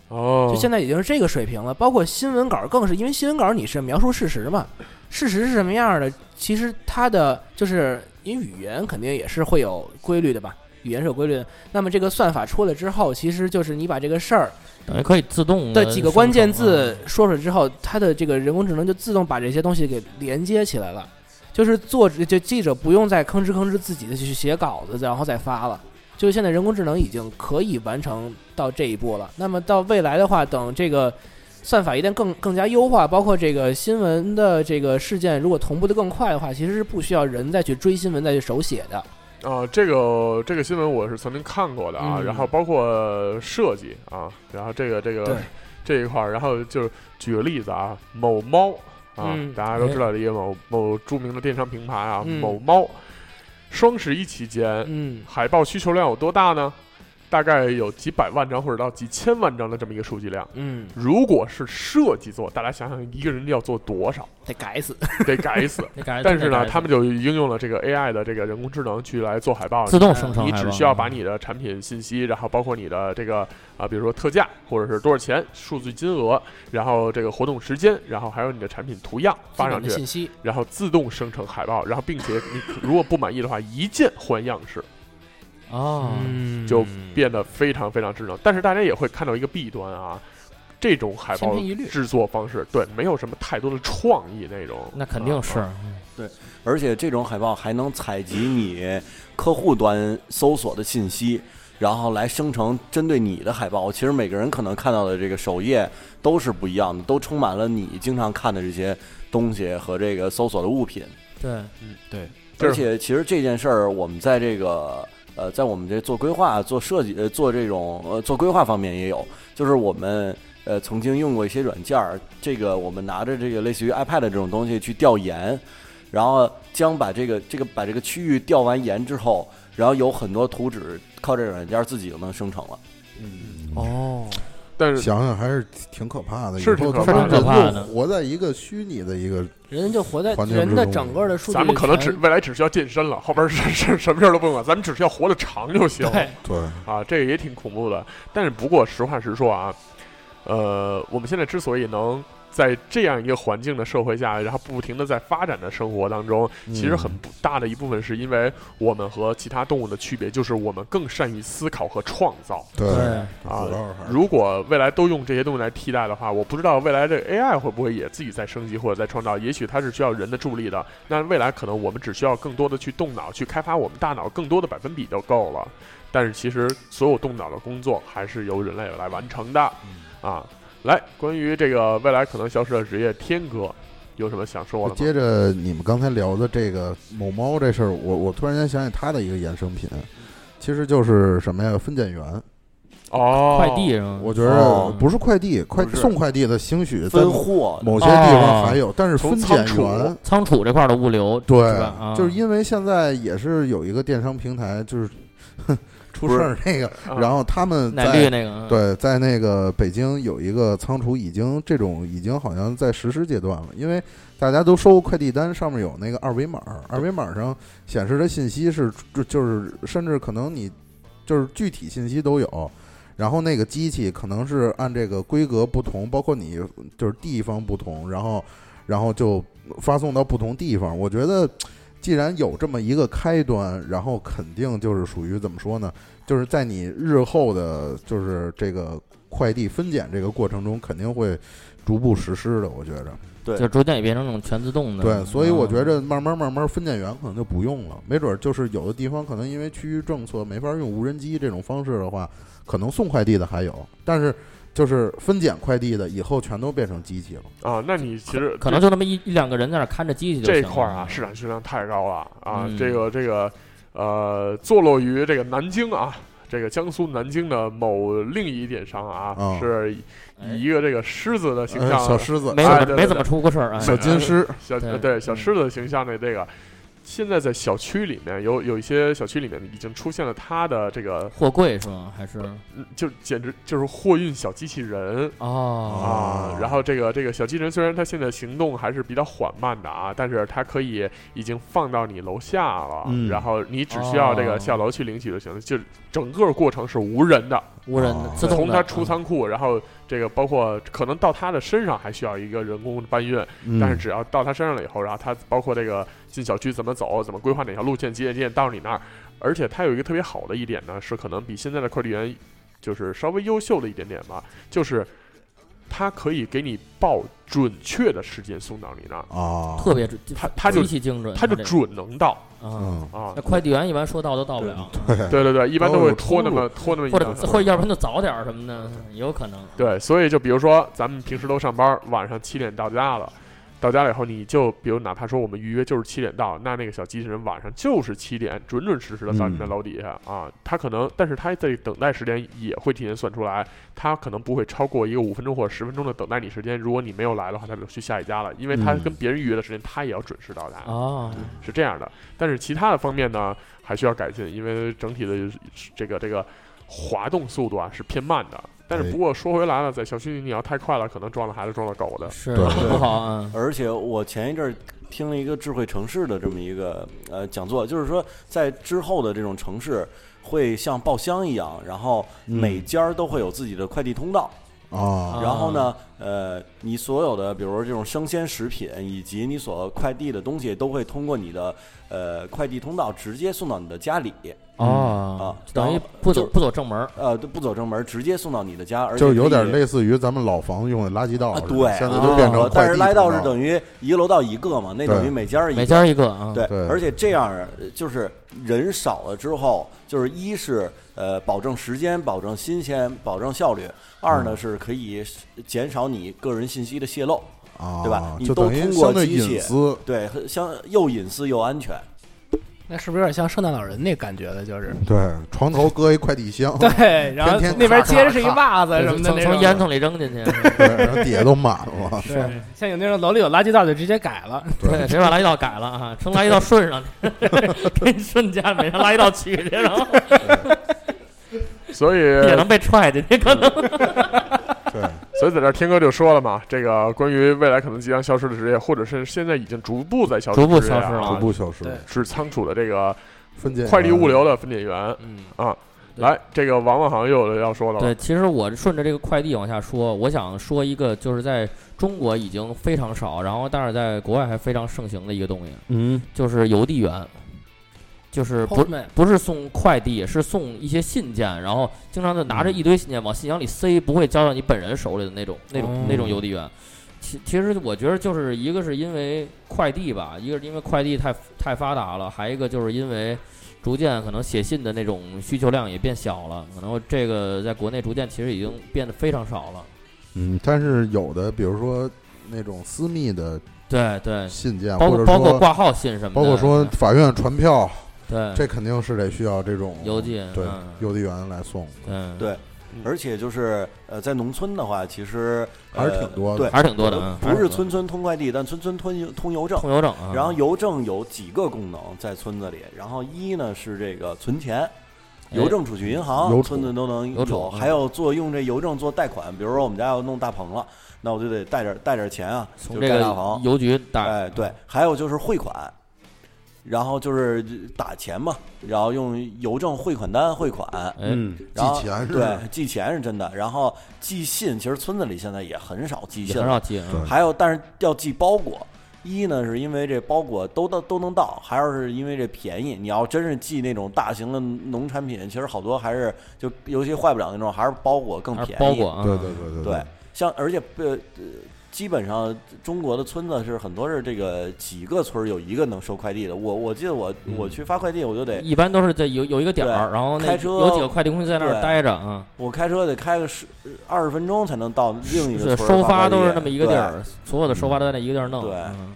哦，就现在已经是这个水平了。包括新闻稿更是，因为新闻稿你是描述事实嘛，事实是什么样的，其实它的就是因为语言肯定也是会有规律的吧。语言是有规律的。那么这个算法出来之后，其实就是你把这个事儿等于可以自动的的几个关啊键啊字说出来之后，它的这个人工智能就自动把这些东西给连接起来了。就是作者就记者不用再吭哧吭哧自己的去写稿子，然后再发了。就是现在人工智能已经可以完成到这一步了。那么到未来的话，等这个算法一旦更更加优化，包括这个新闻的这个事件如果同步的更快的话，其实是不需要人再去追新闻再去手写的。啊，这个这个新闻我是曾经看过的啊，嗯然后包括设计啊，然后这个这对个这一块儿，然后就是举个例子啊，某猫啊，嗯大家都知道的一个某某著名的电商平台啊，嗯某猫，双十一期间嗯，海报需求量有多大呢？大概有几百万张或者到几千万张的这么一个数据量。嗯，如果是设计做，大家想想一个人要做多少，得改死。得改 死。那感觉但是真的呢，改他们就应用了这个 AI 的这个人工智能去来做海报，啊自动生成你海报，只需要把你的产品信息，然后包括你的这个啊、比如说特价或者是多少钱、数据金额，然后这个活动时间，然后还有你的产品图样基发 本上的去，信息，然后自动生成海报，然后并且你可如果不满意的话，一键换样式，哦，嗯啊就变得非常非常智能。但是大家也会看到一个弊端啊，这种海千报篇一律制作方式，对，没有什么太多的创意那种。那肯定是啊而且这种海报还能采集你客户端搜索的信息，然后来生成针对你的海报。其实每个人可能看到的这个首页都是不一样的，都充满了你经常看的这些东西和这个搜索的物品。对，嗯这是而且其实这件事儿，我们在这个呃，在我们这做规划、做设计、呃做这种呃做规划方面也有，就是我们呃曾经用过一些软件儿，这个我们拿着这个类似于 iPad 这种东西去调研，然后将把这个这个把这个区域调完研之后，然后有很多图纸靠这个软件儿自己就能生成了。哦，但是想想还是挺可怕的，是以后挺可咱们怕的人可怕的就活在一个虚拟的一个人就活在环境之人的中整个的数据，咱们可能只未来只需要健身了，后边是是什么事儿都不用管，咱们只需要活得长就行。对对，啊，这个也挺恐怖的。但是不过实话实说啊，呃，我们现在之所以能在这样一个环境的社会下，然后不停的在发展的生活当中，其实很不大的一部分是因为我们和其他动物的区别，就是我们更善于思考和创造。对对，啊主要是还是如果未来都用这些东西来替代的话，我不知道未来这个 AI 会不会也自己在升级或者在创造，也许它是需要人的助力的。那未来可能我们只需要更多的去动脑，去开发我们大脑更多的百分比就够了。但是其实所有动脑的工作还是由人类来完成的，啊，来，关于这个未来可能消失的职业，天哥有什么想说的吗？接着你们刚才聊的这个某猫这事儿，我我突然间想起它的一个衍生品，其实就是什么呀？分拣员，哦，快递是吗？我觉得哦不是快递，快不是送快递的兴许在分货某些地方哦还有，但是从分仓拣储员。仓储这块的物流，是吧啊对，就是因为现在也是有一个电商平台，就是 出事儿那个，啊然后他们奶绿在那个，对在那个北京有一个仓储，已经这种已经好像在实施阶段了，因为大家都收快递单，上面有那个二维码，二维码上显示的信息是就就是甚至可能你就是具体信息都有。然后那个机器可能是按这个规格不同，包括你就是地方不同，然后然后就发送到不同地方。我觉得，既然有这么一个开端，然后肯定就是属于怎么说呢？就是在你日后的，就是这个快递分拣这个过程中，肯定会逐步实施的。我觉着，对就逐渐也变成那种全自动嗯的。嗯对，所以我觉得着慢慢慢慢分拣员可能就不用了，没准儿就是有的地方可能因为区域政策没法用无人机这种方式的话，可能送快递的还有，但是就是分拣快递的以后全都变成机器了。啊，那你其实可能就那么一一两个人在那儿看着机器就这一行了块儿啊，市场需求量太高了啊！嗯这个这个呃，坐落于这个南京啊，这个江苏南京的某另一电商啊，哦是以哎一个这个狮子的形呃象，小狮子，没哎怎对对么没怎么出过事儿啊，小金狮，小对呃对小嗯狮子的形象的这个。现在在小区里面有有一些小区里面已经出现了它的这个，货柜是吗？还是嗯就简直就是货运小机器人，哦啊哦，然后这个这个小机器人虽然它现在行动还是比较缓慢的啊，但是它可以已经放到你楼下了，嗯然后你只需要这个哦下楼去领取就行了，就是整个过程是无人的，无人哦的自动的嗯从它出仓库，然后这个包括可能到它的身上还需要一个人工搬运，嗯但是只要到它身上了以后，然后它包括这个进小区怎么走，怎么规划哪条路线几点几点到你那儿。而且它有一个特别好的一点呢，是可能比现在的快递员就是稍微优秀的一点点吧，就是它可以给你报准确的时间送到你那儿，啊，特别他他就极其精准，它就这个准能到啊。嗯，啊那。快递员一般说到都到不了，对对对，一般都都会有拖那出入么拖那么一或两者小时或者要不然就早点儿什么的，也有可能。对，所以就比如说咱们平时都上班，晚上七点到家了，到家了以后，你就比如哪怕说我们预约就是七点到，那那个小机器人晚上就是七点准准时时的到你的嗯楼底下、啊，它可能，但是它在等待时间也会提前算出来，它可能不会超过一个五分钟或者十分钟的等待你时间，如果你没有来的话，它就去下一家了，因为它嗯跟别人预约的时间，它也要准时到达。哦，是这样的。但是其他的方面呢，还需要改进，因为整体的这个这个滑动速度啊是偏慢的。但是哎不过说回来了，在小区里你要太快了，可能撞了孩子撞了狗 的。是对不好啊。而且我前一阵儿听了一个智慧城市的这么一个呃讲座，就是说在之后的这种城市会像报箱一样，然后每家儿都会有自己的快递通道。啊，然后呢，呃，你所有的，比如这种生鲜食品以及你所快递的东西，都会通过你的呃快递通道直接送到你的家里，哦啊等于然后不走就不走正门儿，呃，都不走正门，直接送到你的家，而且就有可点以类似于咱们老房用的垃圾道啊，似的，对，现在就变成快啊递但是通来道道是等于一个楼道一个嘛，那等于对每家儿一个每家一个啊。对，对而且这样儿呃就是人少了之后，就是一是呃保证时间、保证新鲜、保证效率；二嗯呢是可以减少你个人信息的泄露，啊，对吧你就都等于通过相对机器隐私，对，很相又隐私又安全。那是不是有点像圣诞老人那感觉了？就是对，床头搁一快递箱，对，然后天天那边咔接着咔是一咔袜子什就么是的从那从种烟囱里扔进去，对，然后底下都满了，对，像有那种楼里有垃圾道就直接改了，对，谁把垃圾道改了啊？从垃圾道顺上， 给你顺家每人垃圾道取去，然后所以，也能被踹进去，可能。 对，所以在这儿天哥就说了嘛，这个关于未来可能即将消失的职业，或者是现在已经逐步在消失、逐步消失了逐步消失，对啊是仓储的这个分拣快递物流的分拣员。嗯，对来，这个王王好像又有要说了吧，对，其实我顺着这个快递往下说，我想说一个就是在中国已经非常少，然后但是在国外还非常盛行的一个东西，嗯，就是邮递员，就是不 Postman 不是送快递，是送一些信件，然后经常就拿着嗯一堆信件往信箱里塞，不会交到你本人手里的那种那种、哦那种邮递员。其其实我觉得就是一个是因为快递吧，一个是因为快递太太发达了，还一个就是因为逐渐可能写信的那种需求量也变小了，可能这个在国内逐渐其实已经变得非常少了。嗯，但是有的，比如说那种私密的对对，信件，包啊或括者包括说挂嗯号信什么的，包括说法院传票，对这肯定是得需要这种嗯邮寄对嗯邮递员来送，嗯对而且就是呃，在农村的话，其实还是呃挺多的对，还是挺多的嗯不还是是挺多村村通快递，但村村通邮通邮政。通邮政啊，然后邮政有几个功能在村子里，然后一呢是这个存钱，邮政储蓄银邮行，储村子都能哎邮储有，嗯还有做用这邮政做贷款，比如说我们家要弄大棚了，那我就得带点带点钱啊，从就这盖大个棚，邮嗯局打哎对，还有就是汇款，然后就是打钱嘛，然后用邮政汇款单汇款，哎然后寄钱是对寄钱是真的，然后寄信，其实村子里现在也很少寄也信很了，少寄啊。还有，但是要寄包裹。一呢，是因为这包裹都到都能到；还有是因为这便宜。你要真是寄那种大型的农产品，其实好多还是就尤其坏不了那种，还是包裹更还是便包宜。裹啊，对对对对对，像而且呃呃基本上中国的村子是很多是这个几个村儿有一个能收快递的。我我记得我我去发快递，我就得一般都是在有有一个点儿，对然后那开车有几个快递公司在那儿对待着啊，我开车得开个十二十分钟才能到另一是个村儿收发快递都是那么一个地对儿，所有的收发都在那一个地儿弄。对嗯，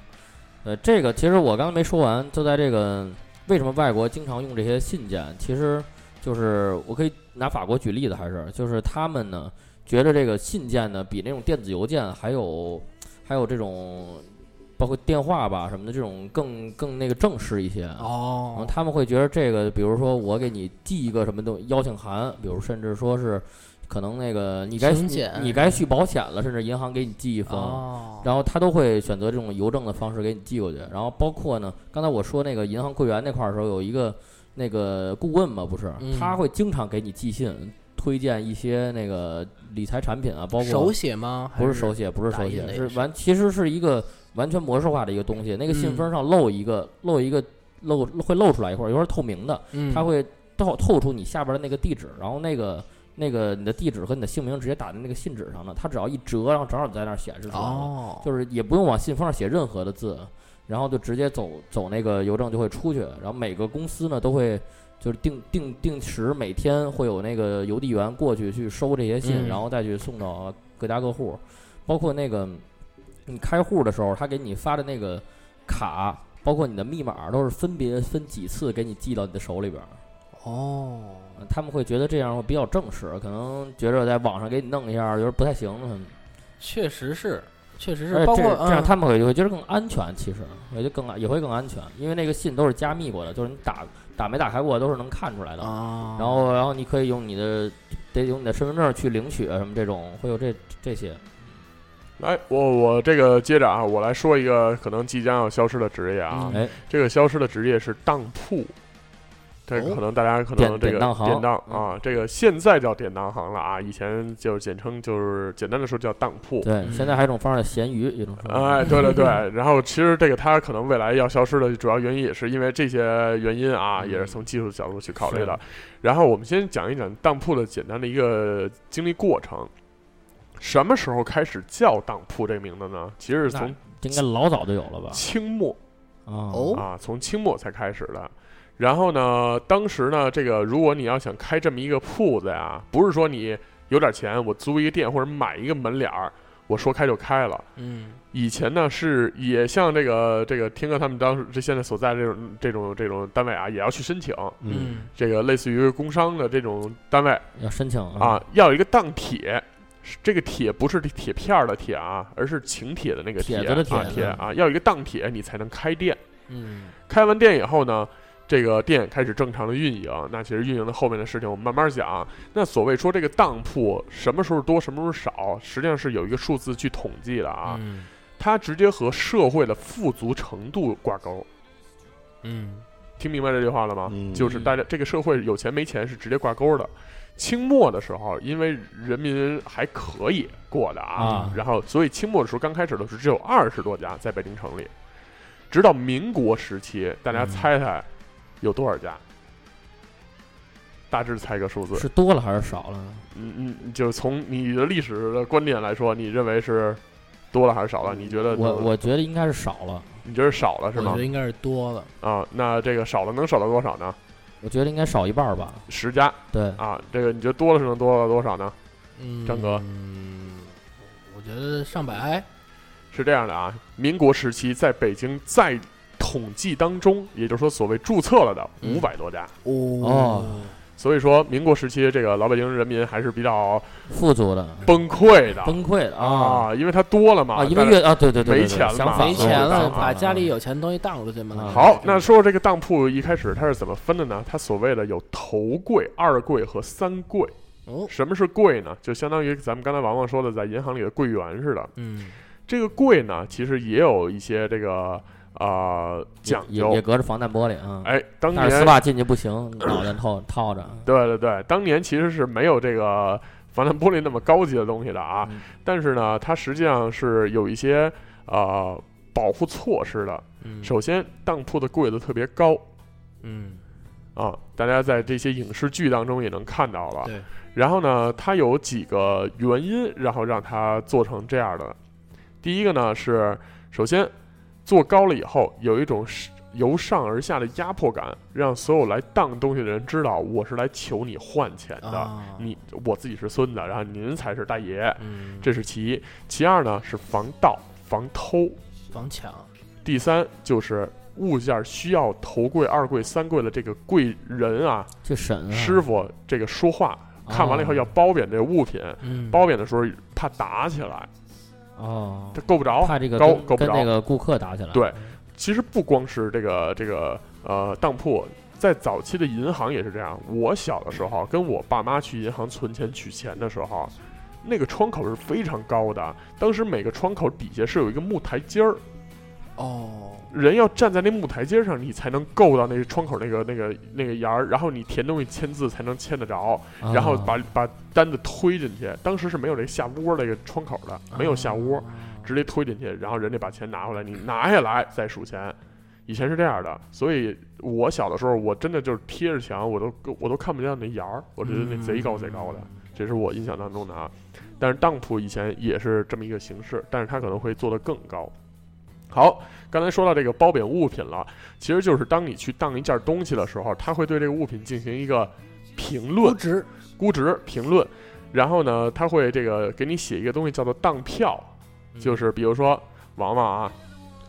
呃，这个其实我刚才没说完，就在这个为什么外国经常用这些信件，其实就是我可以拿法国举例子，还是就是他们呢觉得这个信件呢比那种电子邮件还有还有这种包括电话吧什么的这种更更那个正式一些。啊然后哦，他们会觉得这个，比如说我给你寄一个什么东邀请函，比如甚至说是可能那个你该请你柬你该续保险了，甚至银行给你寄一封，哦，然后他都会选择这种邮政的方式给你寄过去。然后包括呢，刚才我说那个银行柜员那块儿的时候，有一个那个顾问嘛，不是，嗯他会经常给你寄信，推荐一些那个理财产品啊，包括哦手写吗？还不是手写，不是打手印写，的也是是完，其实是一个完全模式化的一个东西。那个信嗯封上露一个、露一个露会露出来一会儿，一会儿透明的，嗯，它会透透出你下边的那个地址，然后那个那个你的地址和你的姓名直接打在那个信纸上了，它只要一折，然后正好在那儿显示出来了，哦，就是也不用往信封上写任何的字，然后就直接走走那个邮政就会出去，然后每个公司呢都会。就是定定定时，每天会有那个邮递员过去去收这些信，嗯然后再去送到各家各户，包括那个你开户的时候，他给你发的那个卡，包括你的密码，都是分别分几次给你寄到你的手里边儿。哦，呃他们会觉得这样会比较正式，可能觉着在网上给你弄一下儿，觉得不太行。他们确实是，确实而是，且包括哎这这样嗯他们会会觉得更安全，其实也就更安也会更安全，因为那个信都是加密过的，就是你打打没打开过都是能看出来的。啊，然后然后你可以用你的得用你的身份证去领取啊什么这种，会有这这些。来，我我这个接着啊，我来说一个可能即将要消失的职业啊，嗯哎，这个消失的职业是当铺。这哦可能大家可典能这个典当行典当嗯啊，这个现在叫典当行了啊，以前就是简称就是简单的说叫当铺。嗯对，现在还有一种方式叫咸鱼，一种方式哎，对对 对，然后其实这个它可能未来要消失的主要原因也是因为这些原因啊，嗯也是从技术角度去考虑的是。然后我们先讲一讲当铺的简单的一个经历过程。什么时候开始叫当铺这名字呢？其实是从这应该老早就有了吧？清末啊，哦啊，从清末才开始的。然后呢，当时呢，这个如果你要想开这么一个铺子呀，不是说你有点钱，我租一个店或者买一个门脸儿，我说开就开了。嗯以前呢是也像这个这个天哥他们当时这现在所在这种这种这种单位啊，也要去申请嗯，嗯这个类似于工商的这种单位要申请啊，，要有一个当帖。是这个帖不是铁片儿的铁啊，而是请帖的那个帖帖子的帖啊子帖啊，要有一个当帖你才能开店。嗯开完店以后呢，这个店开始正常的运营。那其实运营的后面的事情我们慢慢讲。那所谓说这个当铺什么时候多，什么时候少，实际上是有一个数字去统计的啊，嗯它直接和社会的富足程度挂钩。嗯听明白这句话了吗？嗯就是大家这个社会有钱没钱是直接挂钩的。清末的时候，因为人民还可以过的啊，啊然后所以清末的时候刚开始的时候只有二十多家在北京城里，直到民国时期，大家嗯猜猜有多少家？大致猜个数字，是多了还是少了呢？嗯嗯，就是从你的历史的观点来说，你认为是多了还是少了？你觉得我我觉得应该是少了，你觉得少了是我吗觉得？应该是多了，啊，那这个少了能少到多少呢？我觉得应该少一半儿吧。十家对，啊，这个你觉得多了是能多到多少呢？嗯，张哥嗯，我觉得上百，是这样的啊，民国时期在北京在统计当中，也就是说所谓注册了的嗯五百多家，哦，所以说民国时期这个老北京人民还是比较富足的、崩溃的崩溃的啊啊，因为它多了嘛，啊！因为但是越啊，对对对，对没钱了对想嘛法没钱啊了，啊把家里有钱的东西荡出去嘛。好，那说说这个当铺一开始它是怎么分的呢？它所谓的有头柜、二柜和三柜。哦，什么是柜呢？就相当于咱们刚才王王说的，在银行里的柜员似的。嗯这个柜呢，其实也有一些这个啊讲也也究。隔着防弹玻璃啊。哎，当但是丝年袜进去不行，脑袋套套着。对对对，当年其实是没有这个防弹玻璃那么高级的东西的啊，嗯但是呢，它实际上是有一些呃保护措施的。嗯，首先，当铺的柜子特别高嗯啊，大家在这些影视剧当中也能看到了。对，然后呢，它有几个原因，然后让它做成这样的。第一个呢是，首先做高了以后，有一种是由上而下的压迫感，让所有来当东西的人知道我是来求你换钱的。啊，你我自己是孙子，然后您才是大爷，嗯，这是其一。其二呢是防盗、防偷。防抢，第三就是物件需要头柜、二柜、三柜的这个柜人啊，去审啊师傅这个说话，看完了以后要褒贬这个物品，嗯，褒贬的时候怕打起来，哦他，够不着。怕这个高跟够不跟着那个顾客打起来。对其实不光是这个这个呃当铺。在早期的银行也是这样。我小的时候，跟我爸妈去银行存钱取钱的时候，那个窗口是非常高的。当时每个窗口底下是有一个木台阶儿，哦，人要站在那木台阶上，你才能够到那个窗口那个那个那个沿儿，然后你填东西签字才能签得着，啊，然后把把单子推进去。当时是没有这个下窝儿这个窗口的，没有下窝，啊，直接推进去，然后人家把钱拿回来，你拿下来再数钱。以前是这样的，所以我小的时候，我真的就是贴着墙，我都我都看不见那沿儿，我觉得嗯那贼高贼高的。这是我印象当中的啊。但是当铺以前也是这么一个形式，但是它可能会做得更高。好，刚才说到这个褒贬物品了，其实就是当你去当一件东西的时候，它会对这个物品进行一个评估论、值估值、评论，然后呢，它会这个给你写一个东西叫做当票，嗯就是比如说王王啊，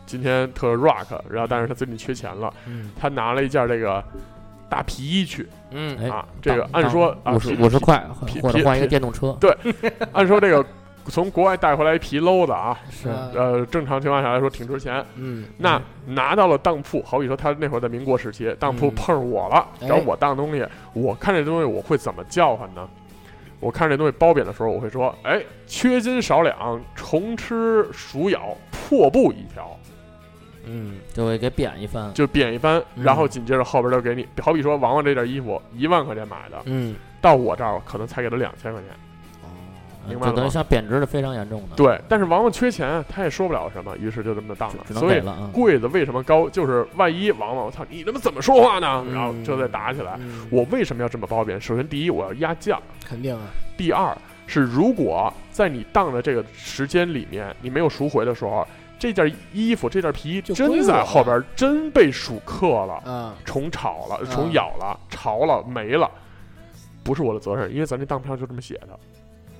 今天特 rock，然后但是他最近缺钱了，嗯他拿了一件这个大皮衣去嗯哎啊，这个当按说当啊五十皮五十皮块皮或者皮换一个皮电动车，按说这个从国外带回来一皮褛子 啊，是啊呃，正常情况下来说挺值钱。嗯，那拿到了当铺，好比说他那会儿在民国时期，当铺嗯碰上我了，哎找我当东西，我看这东西我会怎么叫唤呢？我看这东西褒贬的时候，我会说：“哎，缺斤少两，虫吃鼠咬，破布一条。”嗯就会给贬一番。就贬一番，嗯然后紧接着后边就给你，好比说王王这件衣服一万块钱买的，嗯到我这儿可能才给他两千块钱。嗯明白就等了于吗像贬值的非常严重的，对，但是王王缺钱，他也说不了什么，于是就这么当了。只能所给以了啊。柜子为什么高，就是万一王王，我操，你他妈怎么说话呢？嗯然后就再打起来。嗯，我为什么要这么褒贬？首先，第一，我要压价；肯定啊，第二是，如果在你当的这个时间里面，你没有赎回的时候，这件衣服、这件皮衣就归真在我后了边真被属克了。啊，虫炒了、嗯虫咬了、潮了、没了，不是我的责任，因为咱这当票就这么写的。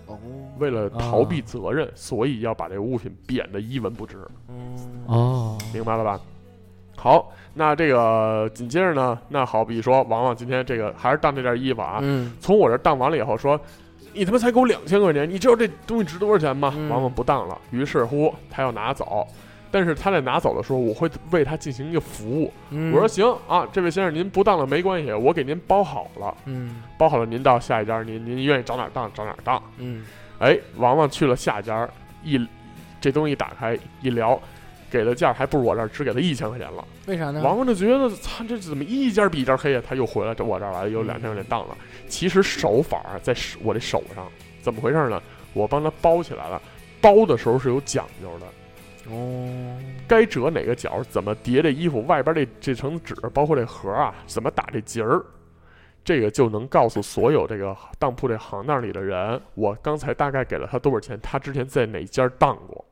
哦，为了逃避责任，所以要把这个物品贬得一文不值，嗯，哦，明白了吧？好，那这个紧接着呢，那好比说，王王今天这个还是当这件衣服啊，嗯，从我这儿当完了以后说，你他妈才给我两千块钱，你知道这东西值多少钱吗？嗯王王不当了，于是乎他要拿走，但是他在拿走的时候，我会为他进行一个服务，嗯我说，行啊，这位先生您不当了没关系，我给您包好了，嗯包好了您到下一家，您您愿意找哪儿当找哪儿当。嗯，哎，王王去了下家，一这东西一打开一聊，给的价还不如我这儿只给他一千块钱了。为啥呢？王王就觉得操，这怎么一家比一家黑呀、他又回来这我这儿来了，又两千块钱当了。其实手法儿在手我这手上，怎么回事呢？我帮他包起来了，包的时候是有讲究的。哦，该折哪个角，怎么叠这衣服外边这这层纸，包括这盒啊，怎么打这结儿，这个就能告诉所有这个当铺这行当里的人，我刚才大概给了他多少钱，他之前在哪家当过，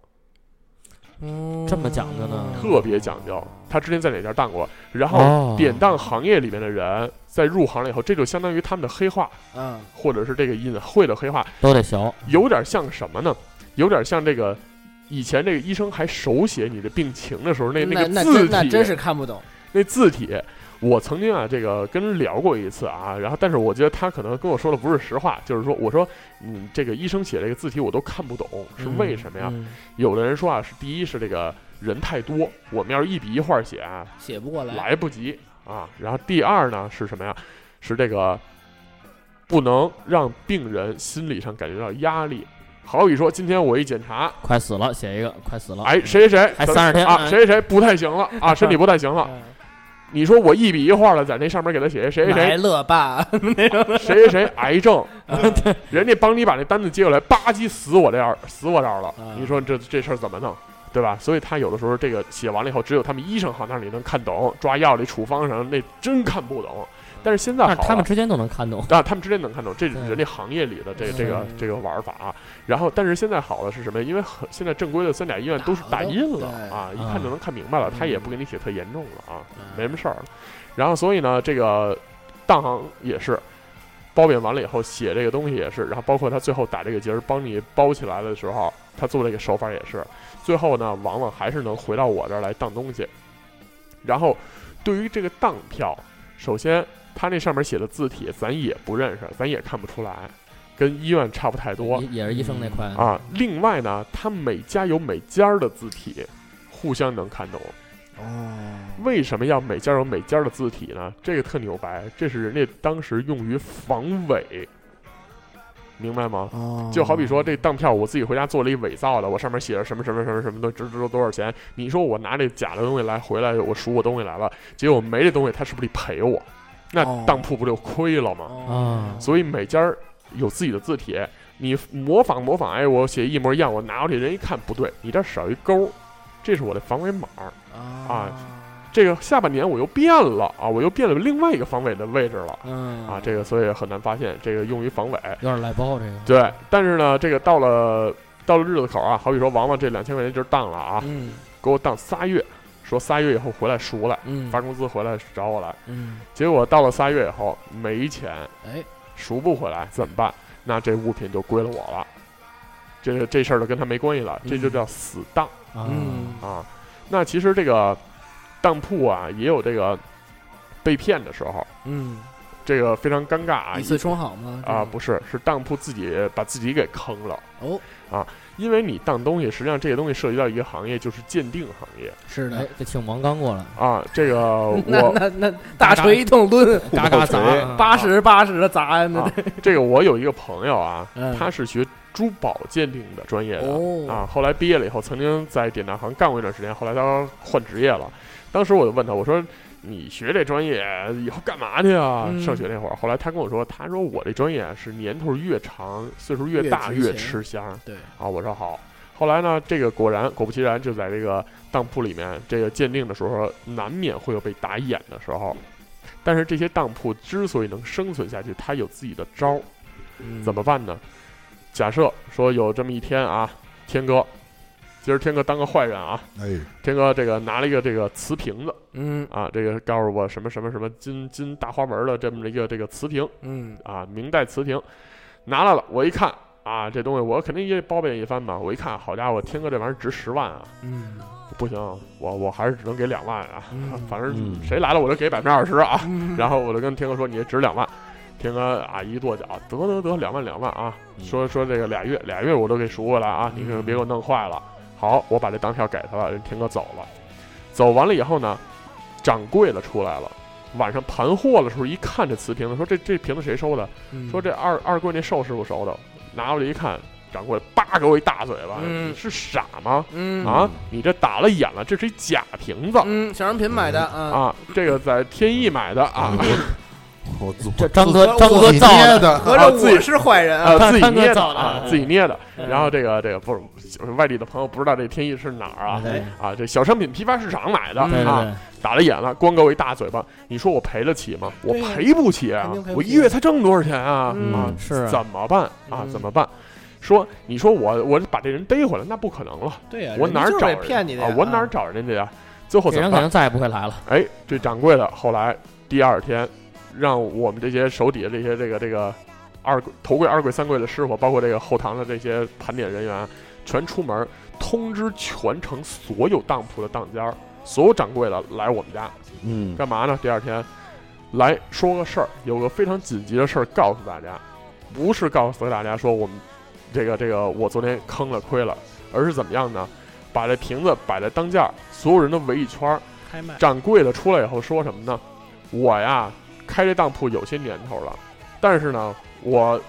嗯这么讲究呢特别讲究，他之前在哪家当过，然后哦，典当行业里面的人在入行了以后，这就相当于他们的黑话，嗯，或者是这个隐晦的黑话，都得学。有点像什么呢？有点像这个。以前这个医生还手写你的病情的时候，那那个嗯那字体真那真是看不懂，那字体，我曾经啊，这个跟人聊过一次啊，然后但是我觉得他可能跟我说的不是实话，就是说，我说，嗯，这个医生写这个字体我都看不懂，是为什么呀？嗯？有的人说啊，是第一是这个人太多，我们要是一笔一画写啊，写不过来，来不及啊。然后第二呢是什么呀？是这个不能让病人心理上感觉到压力。好比说，今天我一检查，快死了，写一个，快哦死了。嗯哎，谁谁谁还30天啊，嗯谁谁谁不太行了 啊，身体不太行了，嗯你说我一笔一画的在那上面给他写谁来谁乐吧，谁谁谁谁癌症， 人家帮你把那单子接过来，吧唧死我这儿死我这儿了啊，你说这这事儿怎么弄？对吧？所以他有的时候这个写完了以后，只有他们医生行当里能看懂，抓药里处方上那真看不懂。但是现在但好是他们了，之间都能看懂。啊，他们之间能看懂，这是对人家行业里的这这个嗯这个玩法啊。然后，但是现在好的是什么？因为很现在正规的三甲医院都是打印了啊，一看就能看明白了，他嗯也不给你写特严重了啊。没什么事儿了。然后所以呢，这个当行也是包贬完了以后写这个东西也是，然后包括他最后打这个结儿帮你包起来的时候，他做这个手法也是。最后呢，王王还是能回到我这儿来当东西。然后对于这个当票，首先他那上面写的字体咱也不认识，咱也看不出来，跟医院差不太多也也是医生那块，啊。另外呢，他每家有每家儿的字体，互相能看懂。哦，为什么要每家有每家的字体呢？这个特牛掰，这是人家当时用于防伪，明白吗？哦就好比说这当票，我自己回家做了一伪造的，我上面写着什么什么什么什么的，值值多少钱？你说我拿这假的东西来回来，我赎我东西来了，结果没这东西，他是不是得赔我？那哦当铺不就亏了吗？啊所以每家儿有自己的字体，你模仿模仿，哎，我写一模一样，我拿过去人一看不对，你这少一勾儿，这是我的防伪码儿。啊啊，这个下半年我又变了啊，我又变了另外一个防伪的位置了嗯啊，这个所以很难发现，这个用于防伪。有点赖包这个，对，但是呢，这个到了到了日子口啊，好比说王王这两千块钱就是当了啊，嗯给我当仨月，说仨月以后回来赎来，嗯发工资回来找我来。嗯，结果到了仨月以后没钱，哎，赎不回来怎么办？那这物品就归了我了，这这事儿就跟他没关系了，这就叫死当啊嗯啊。那其实这个当铺啊，也有这个被骗的时候，嗯，这个非常尴尬啊一。次嗯充好吗？啊，不是，是当铺自己把自己给坑了。哦，因为你当东西，实际上这个东西涉及到一个行业，就是鉴定行业是哎 的，，这请王刚过来，啊。这个 那我那那大锤一 通抡，嘎嘎砸锤啊八十八十的砸，那啊这个我有一个朋友啊，嗯他是学珠宝鉴定的专业的、哦啊，后来毕业了以后，曾经在典当行干过一段时间，后来他换职业了。当时我就问他，我说你学这专业以后干嘛去啊？嗯上学那会儿，后来他跟我说，他说我这专业是年头越长，岁数越大越值越钱吃香对，啊。我说好。后来呢，这个果然果不其然，就在这个当铺里面，这个鉴定的时候，难免会有被打眼的时候。但是这些当铺之所以能生存下去，它有自己的招儿。嗯怎么办呢？假设说有这么一天啊，天哥，今儿天哥当个坏人啊，哎，天哥这个拿了一个这个瓷瓶子嗯啊，这个告诉我什么什么什么金金大花纹的这么一个这个瓷瓶嗯啊，明代瓷瓶，拿来了，我一看啊，这东西我肯定也得包庇一番嘛，我一看，好家伙，天哥这玩意儿值十万啊，嗯不行，我我还是只能给两万啊，嗯 反正嗯谁来了我就给百分之二十啊，嗯 然后我就跟天哥说，你值两万。天哥啊，一跺脚，得得得，两万两万啊！嗯说说这个俩月，俩月我都给赎回来啊！嗯你可别给我弄坏了。好，我把这当票给他了，人天哥走了。走完了以后呢，掌柜的出来了。晚上盘货的时候，一看这瓷瓶子，说这这瓶子谁收的？嗯嗯说这二二贵那寿师傅收的。拿过来一看，掌柜叭给我一大嘴巴，嗯你是傻吗？嗯啊，你这打了眼了，这是一假瓶子、嗯，小商品买的啊，啊！这个在天意买的啊。嗯我自这张哥我自张哥我自己造的捏的，合着我是坏人啊， 啊，自己看看捏的造的啊，嗯自己捏的。嗯然后这个这个不是就是外地的朋友不知道这天意是哪儿啊对啊，这小商品批发市场买的嗯对对啊，对，打了眼了，光给我一大嘴巴。你说我赔得起吗？我对呀赔不起啊肯定赔，不我起一月才挣多少钱啊嗯啊，是啊怎么办啊嗯？怎么办？说你说我我把这人逮回来，那不可能了，对呀，我哪儿人找就是人骗你的呀嗯啊？我哪儿找人家去啊？最后这怎人么肯办？定再也不会 来了。哎，这掌柜的后来第二天，让我们这些手底下这些这个这个二柜头柜、二柜、三柜的师傅，包括这个后堂的这些盘点人员，全出门通知全城所有当铺的当家儿、所有掌柜的来我们家嗯，干嘛呢？第二天来说个事儿，有个非常紧急的事儿告诉大家，不是告诉大家说我们这个这个我昨天坑了亏了，而是怎么样呢？把这瓶子摆在当间儿，所有人都围一圈儿。开卖，掌柜的出来以后说什么呢？我呀，开这当铺有些年头了，但是呢，我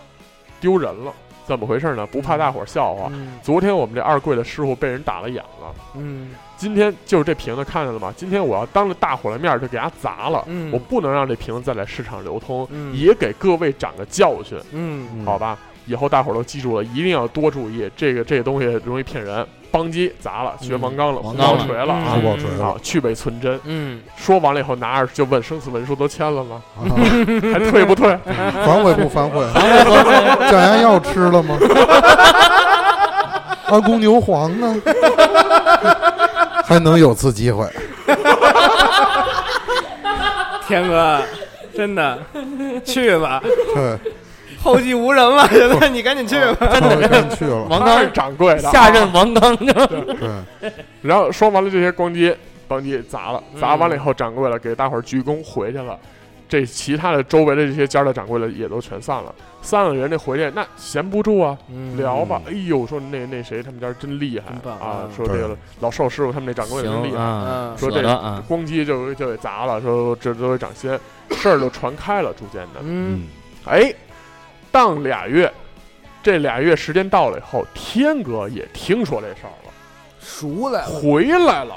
丢人了，怎么回事呢？不怕大伙儿笑话。嗯昨天我们这二柜的师傅被人打了眼了，嗯今天就是这瓶子看见了吗？今天我要当着大伙儿的面儿就给它砸了，嗯我不能让这瓶子再来市场流通，嗯也给各位长个教训，嗯好吧？以后大伙儿都记住了，一定要多注意，这个这个东西容易骗人。邦基砸了，学王刚了，王红刚包了锤了啊啊！我锤了好，去伪存真。嗯说完了以后，拿着就问生死文书都签了吗？ 啊 还退不退？反悔不反悔？ 降压药吃了吗？阿公牛黄呢？还能有次机会？嗯天哥，真的去 吧，对，后继无人了，现在你赶紧去吧。真的真去了。王他是刚掌柜的，下任王刚就对， 然后说完了这些，咣叽，邦叽砸了，砸完了以后，掌柜的给大伙儿鞠躬回去了。这其他的周围的这些家的掌柜的也都全散了，散了人这回去那闲不住啊，嗯聊吧。哎呦，说那那谁他们家真厉害真棒啊嗯！说这个老寿师傅他们那掌柜的真厉行害，啊，嗯说舍这得啊，咣叽就就给砸了，说这都得涨薪，事儿就传开了，逐渐的。嗯，嗯，哎，当俩月，这俩月时间到了以后，天哥也听说这事儿了，熟了，回来了，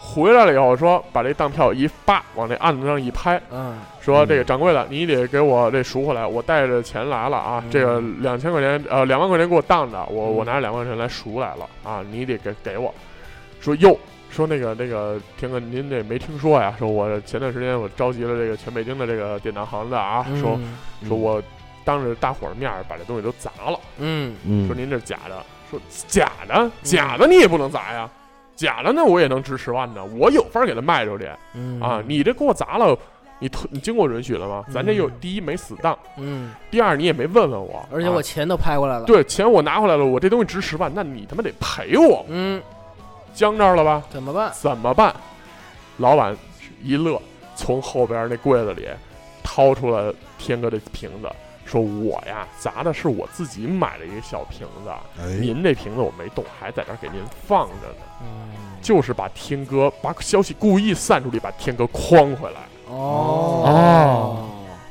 回来了以后说把这当票一扒，往这案子上一拍，嗯说嗯这个掌柜的，你得给我这赎回来，我带着钱来了啊，嗯这个两千块钱呃两万块钱给我当着，我嗯我拿着两万块钱来赎来了啊，你得给给我，说哟说那个那个田哥，您这没听说呀？说我前段时间我召集了这个全北京的这个典当行的啊，说嗯说我当着大伙儿面儿把这东西都砸了，嗯说嗯，您这是假的，说假的假的你也不能砸呀，假的那我也能值十万呢，我有法儿给他卖出去嗯啊！你这给我砸了，你吞你经过允许了吗？咱这又嗯第一没死当，嗯，第二你也没问问我，而且啊我钱都拍过来了，，对钱我拿回来了，我这东西值十万，那你他妈得赔我，嗯，僵这儿了吧？怎么办？怎么办？老板一乐，从后边那柜子里掏出了天哥的瓶子，说：“我呀砸的是我自己买的一个小瓶子，哎，您这瓶子我没动，还在这儿给您放着呢。嗯，就是把天哥把消息故意散出去，把天哥诓回来，哦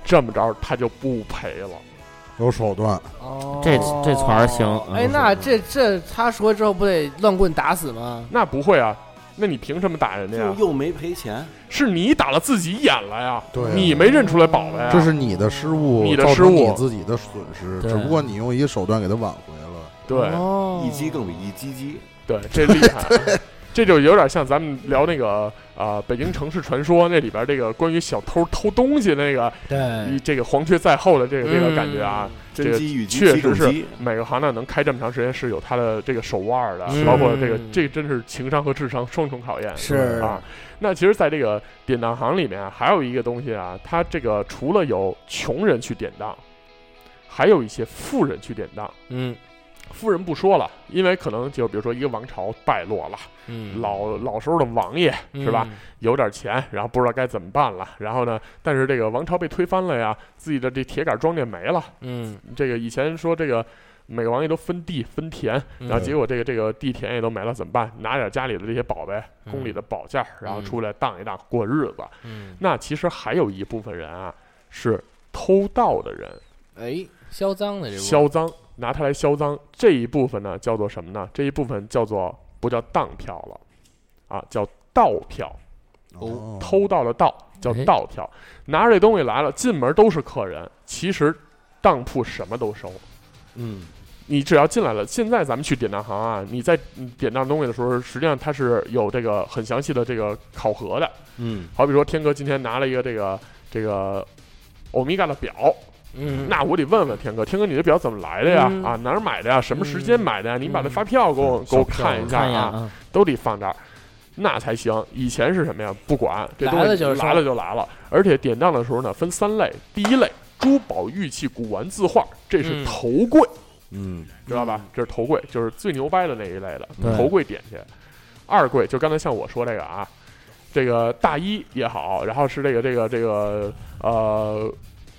这么着他就不赔了。有手段，啊哦这这词儿行哎，嗯那是这这他说之后不得乱棍打死吗？那不会啊？那你凭什么打人家呀就？又没赔钱，是你打了自己眼了呀？对啊你没认出来宝贝呀？啊这是你的失误，你的造成失误你自己的损失，对只不过你用一个手段给他挽回了。对。哦一击更比一击击。对，这厉 害，啊这就有点像咱们聊那个啊、呃北京城市传说》那里边这个关于小偷偷东西那个，对一，这个黄雀在后的这个这个感觉嗯啊，这真个机与机，确机实更是机每个行当能开这么长时间是有他的这个手腕儿的，是包括这个嗯这真是情商和智商双重考验。是啊，那其实，在这个典当行里面啊，还有一个东西啊，它这个除了有穷人去典当，还有一些富人去典当。嗯富人不说了，因为可能就比如说一个王朝败落了，嗯老老时候的王爷是吧？？有点钱，然后不知道该怎么办了。然后呢，但是这个王朝被推翻了呀，自己的这铁杆庄稼没了。嗯，这个以前说这个每个王爷都分地分田，嗯然后结果这个这个地田也都没了，怎么办？拿点家里的这些宝贝、宫里的宝剑儿，然后出来荡一荡过日子。嗯，那其实还有一部分人啊，是偷盗的人，哎，销赃的这部分销赃，拿它来销赃。这一部分呢，叫做什么呢？这一部分叫做不叫当票了，啊，叫盗票。哦偷盗的盗叫哎盗票，拿着这东西来了，进门都是客人。其实当铺什么都收，嗯，你只要进来了。现在咱们去典当行啊，你在嗯典当东西的时候，实际上它是有这个很详细的这个考核的。嗯，好比说，天哥今天拿了一个这个这个欧米伽的表，嗯，那我得问问天哥，天哥你这表怎么来的呀？嗯啊，哪儿买的呀？什么时间买的呀？你把这发票给我、嗯给我小票看一下看一眼啊。啊，都得放这儿，那才行。以前是什么呀？不管这东西来了就是来了就来了，而且典当的时候呢，分三类。第一类，珠宝、玉器、古玩、字画，这是嗯头柜，嗯，知道吧？这是头柜，就是最牛掰的那一类的对头柜点去。二柜就刚才像我说这个啊，这个大衣也好，然后是这个这个这个呃，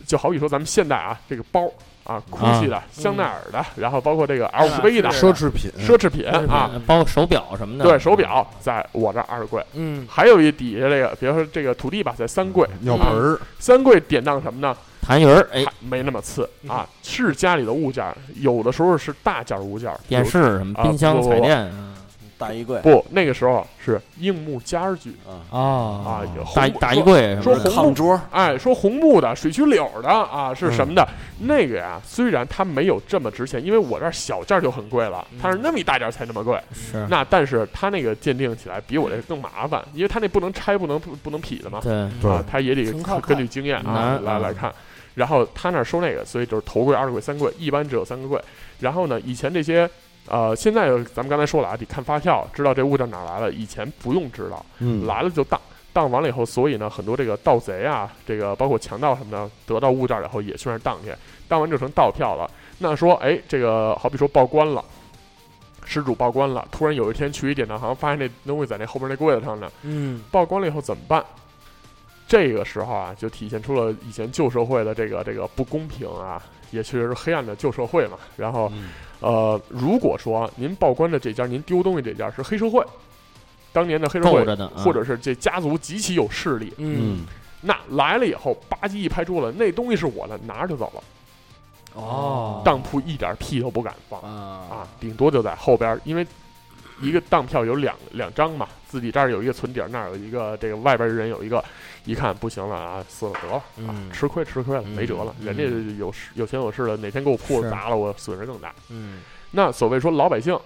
就好比说咱们现代啊，这个包啊，GUCCI 的、香奈儿的，然后包括这个 LV 的啊是奢嗯侈品，奢侈品啊，呃包括手表什么的，对手，表，在我这儿二柜。嗯还有一底下这个，比如说这个土地吧，在三柜，尿盆儿，三柜典当什么呢？谭云嗯儿，哎，嗯还没那么次啊，是家里的物件儿，有的时候是大件儿物件儿，电有视什么啊冰箱、不啊不不彩电啊大衣柜不，那个时候是硬木家具，啊，啊哎呦大红大衣柜什说么的，红木炕桌，哎，说红木的、水曲柳的啊，是什么的？嗯那个呀，虽然它没有这么值钱，因为我这儿小件儿就很贵了，它是那么一大件儿才那么贵。嗯是，那但是它那个鉴定起来比我这更麻烦，因为它那不能拆、不能不不能劈的嘛。对，对啊，他也得纯靠根看据经验啊难来啊来看。然后他那儿收那个，所以就是头柜、二柜、三柜，一般只有三个柜。然后呢，以前这些，呃，现在咱们刚才说了啊，得看发票，知道这物件哪儿来了。以前不用知道，嗯，来了就当，当完了以后，所以呢，很多这个盗贼啊，这个包括强盗什么的，得到物件儿以后也去那儿当去，当完就成盗票了。那说，哎，这个好比说报关了。失主报关了，突然有一天去一典当行，发现那东西在那后边那柜子上呢，嗯曝光了以后怎么办？这个时候啊，就体现出了以前旧社会的这个这个不公平啊，也确实是黑暗的旧社会嘛。然后，呃，如果说您报关的这家，您丢东西这家是黑社会，当年的黑社够会，着呢，啊或者是这家族极其有势力，嗯，那来了以后吧唧一拍桌子，那东西是我的，拿着就走了，哦当铺一点屁都不敢放。啊啊，顶多就在后边儿，因为一个当票有两两张嘛，自己这儿有一个存底儿，那儿有一个，这个外边儿人有一个，一看不行了啊，撕了得了啊，嗯吃亏吃亏了，嗯没辙了，嗯人家有势有钱有势了，哪天给我铺子是砸了，我损失更大。嗯那所谓说老百姓，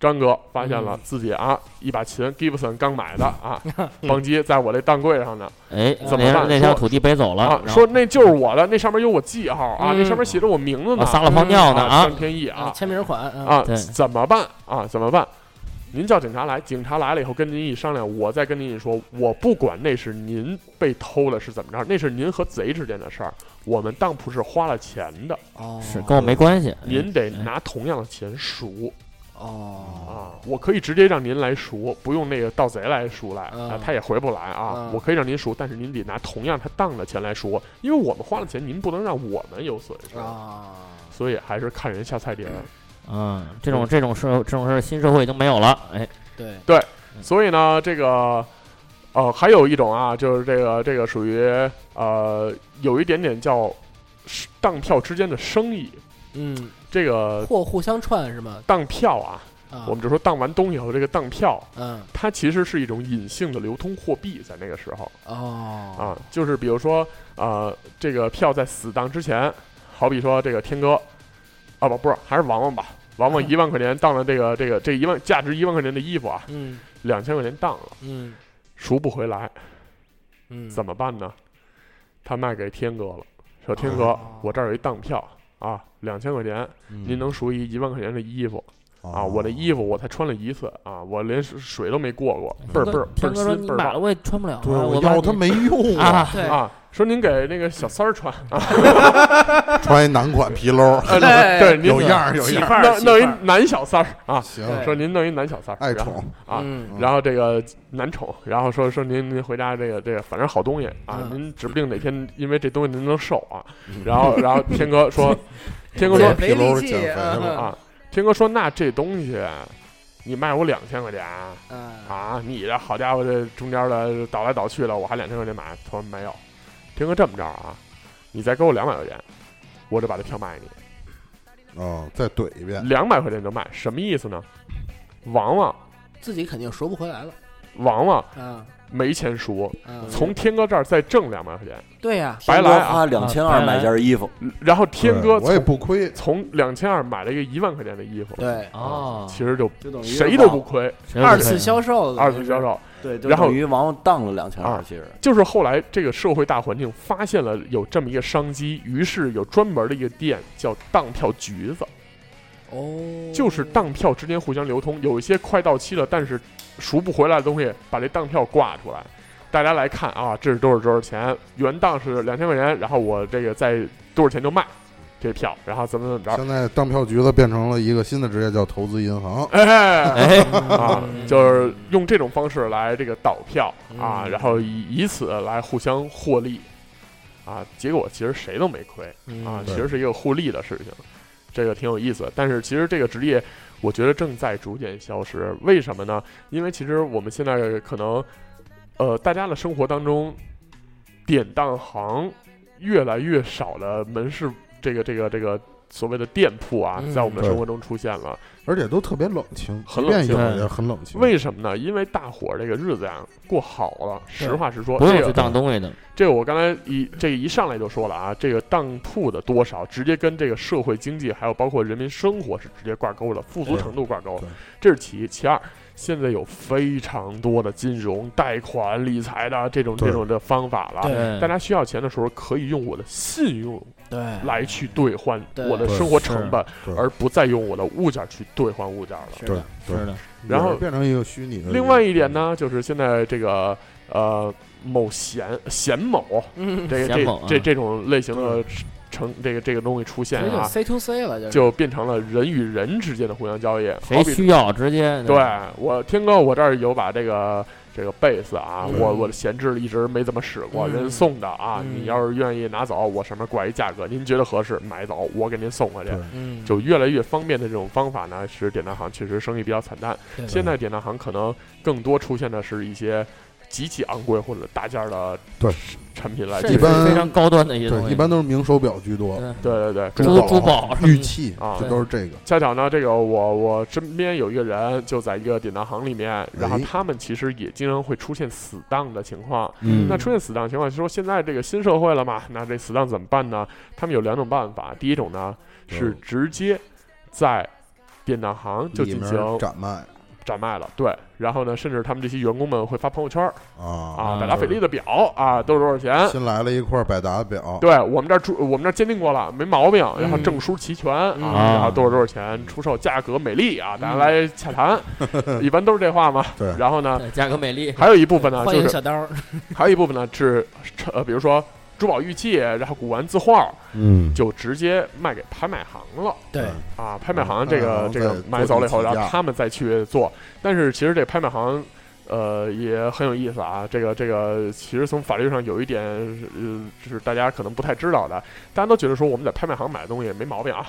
张哥发现了自己啊，一把琴 Gibson 刚买的啊，邦基在我这档柜上呢哎，怎么那办说那箱土地背走了啊，，然后说那就是我的，那上面有我记号啊，那上面写着我名字呢我，撒了泡尿呢啊，啊张天翼啊签名款啊，啊，对怎么办啊？怎么办？您叫警察来，警察来了以后跟您一商量，我再跟您一说，我不管那是您被偷了是怎么着，那是您和贼之间的事儿，我们当铺是花了钱的，哦，是跟我没关系。您嗯得拿同样的钱赎哦，啊，我可以直接让您来赎，不用那个盗贼来赎来嗯啊，他也回不来啊嗯，我可以让您赎，但是您得拿同样他当的钱来赎，因为我们花了钱，您不能让我们有损失，啊，所以还是看人下菜碟儿。嗯，这种这种社这种事，新社会已经没有了。哎，对，所以呢，这个呃，还有一种啊，就是这个这个属于呃，有一点点叫是当票之间的生意。嗯，这个货互相串是吗？当票啊，啊，我们就说当完东西以后，这个当票嗯，它其实是一种隐性的流通货币，在那个时候哦，啊，就是比如说呃，这个票在死当之前，好比说这个天哥啊，不不是，还是王王吧，王王一万块钱当了这个这个这一万价值一万块钱的衣服啊，嗯两千块钱当了，嗯赎不回来。嗯，怎么？么办呢？他卖给天哥了，啊说天哥，哦我这儿有一当票啊，两千块钱，嗯您能赎一一万块钱的衣服哦啊？我的衣服我才穿了一次啊，我连水水都没过过，哎倍儿倍儿倍天儿哥说新你倍儿买了棒我也穿不了啊，对我把要你它 没用啊，，对，啊！说您给那个小三儿 穿啊，穿一男款皮喽，呃 对，您有样儿有起样儿，范儿，弄起弄范儿一男小三儿啊，行，对说您弄一男小三儿，爱然后宠，啊嗯然后这个男宠，然后说说您您回家这个这个，反正好东西啊，嗯您指不定哪天因为这东西您能瘦啊。然后然后天哥说，天哥说减肥皮喽利是减器肥的嘛啊，啊，天哥说那这东西你卖我两千块钱啊，啊，你这好家伙这中间的倒来倒去的，我还两千块钱买，他说没有，天哥这么着啊，你再给我两百块钱。我就把这票卖你，哦，再怼一遍，两百块钱就卖，什么意思呢？王王自己肯定赎不回来了王王啊，没钱赎，嗯，从天哥这儿再挣两百块钱，对呀，白来啊花两千二买件衣服，然后天哥对我也不亏，从两千二买了一个一万块钱的衣服，对，哦，其实就就等于谁都不亏，谁都二不次亏销售，二次销，售。对，就然后等于王当了两千二啊，其实就是后来这个社会大环境发现了有这么一个商机，于是有专门的一个店叫当票橘子，哦，就是当票之间互相流通，有一些快到期了，但是赎不回来的东西，把这当票挂出来。大家来看啊，这是多少多少钱？原当是两千块钱，然后我这个在多少钱就卖这票，然后怎么怎么着？现在当票局子变成了一个新的职业，叫投资银行，哎，哎，啊嗯，就是用这种方式来这个倒票啊，嗯然后以以此来互相获利啊，结果其实谁都没亏啊，嗯其对实是一个互利的事情，这个挺有意思的。但是其实这个职业，我觉得正在逐渐消失，为什么呢？因为其实我们现在可能，呃，大家的生活当中，典当行越来越少的门市，这个这个这个所谓的店铺啊，嗯在我们的对生活中出现了。而且都特别冷清，很即便冷清有也很冷清，为什么呢？因为大伙儿这个日子呀过好了，实话实说，不这用去当个东西的，这个我刚才一这个一上来就说了啊，这个当铺的多少直接跟这个社会经济还有包括人民生活是直接挂钩的，富哎足程度挂钩对对，这是其一。其二，现在有非常多的金融贷款、理财的这种对这种的方法了。对对大家需要钱的时候，可以用我的信用对，来去兑换哎对我的生活成本，对而不再用我的物件去兑换物件了。是对的，对是，的，然后也变成一个虚拟的，另外一点，呢，就是现在这个呃某贤贤某嗯，这个贤某这啊这这种类型的成这个这个东西出现这就啊， C to C 了，就是就变成了人与人之间的互相交易。好谁比需要直接对我天哥，我这儿有把这个这个贝斯啊，嗯我我的闲置一直没怎么使过，嗯人送的啊，嗯你要是愿意拿走，我上面挂一价格，您觉得合适买走，我给您送过去对。嗯，就越来越方便的这种方法呢，使典当行确实生意比较惨淡。嗯对现在典当行可能更多出现的是一些极其昂贵或者大件儿的对产品来甚去，一般非常高端的一些东对，西，一般都是名手表居多，嗯对对对对。珠珠珠宝玉器啊这都是这个，恰巧呢，这个我我身边有一个人就在一个典当行里面，然后哎他们其实也经常会出现死当的情况。嗯那出现死当情况，就说现在这个新社会了嘛，那这死当怎么办呢？他们有两种办法，第一种呢是嗯直接在典当行就里进面行展卖展卖了。对，然后呢，甚至他们这些员工们会发朋友圈儿啊，啊，百达翡丽的表啊，都是多少钱？新来了一块百达表，对我们这儿出，我们这儿鉴定过了，没毛病，然后嗯证书齐全、嗯啊，然后多少多少钱，出售价格美丽啊，大家来洽谈，一般都是这话嘛。对然后呢，价格美丽，还有一部分呢，欢啊就迎是嗯小刀儿，还有一部分呢是呃，比如说珠宝玉器，然后古玩字画，嗯，就直接卖给拍卖行了。 对，啊，拍卖行这拍卖个行这个再买走了以后，做一然次后价他们再去做。但是其实这拍卖行，呃，也很有意思啊。这个这个，其实从法律上有一点，呃，就是大家可能不太知道的。大家都觉得说我们在拍卖行买的东西没毛病啊。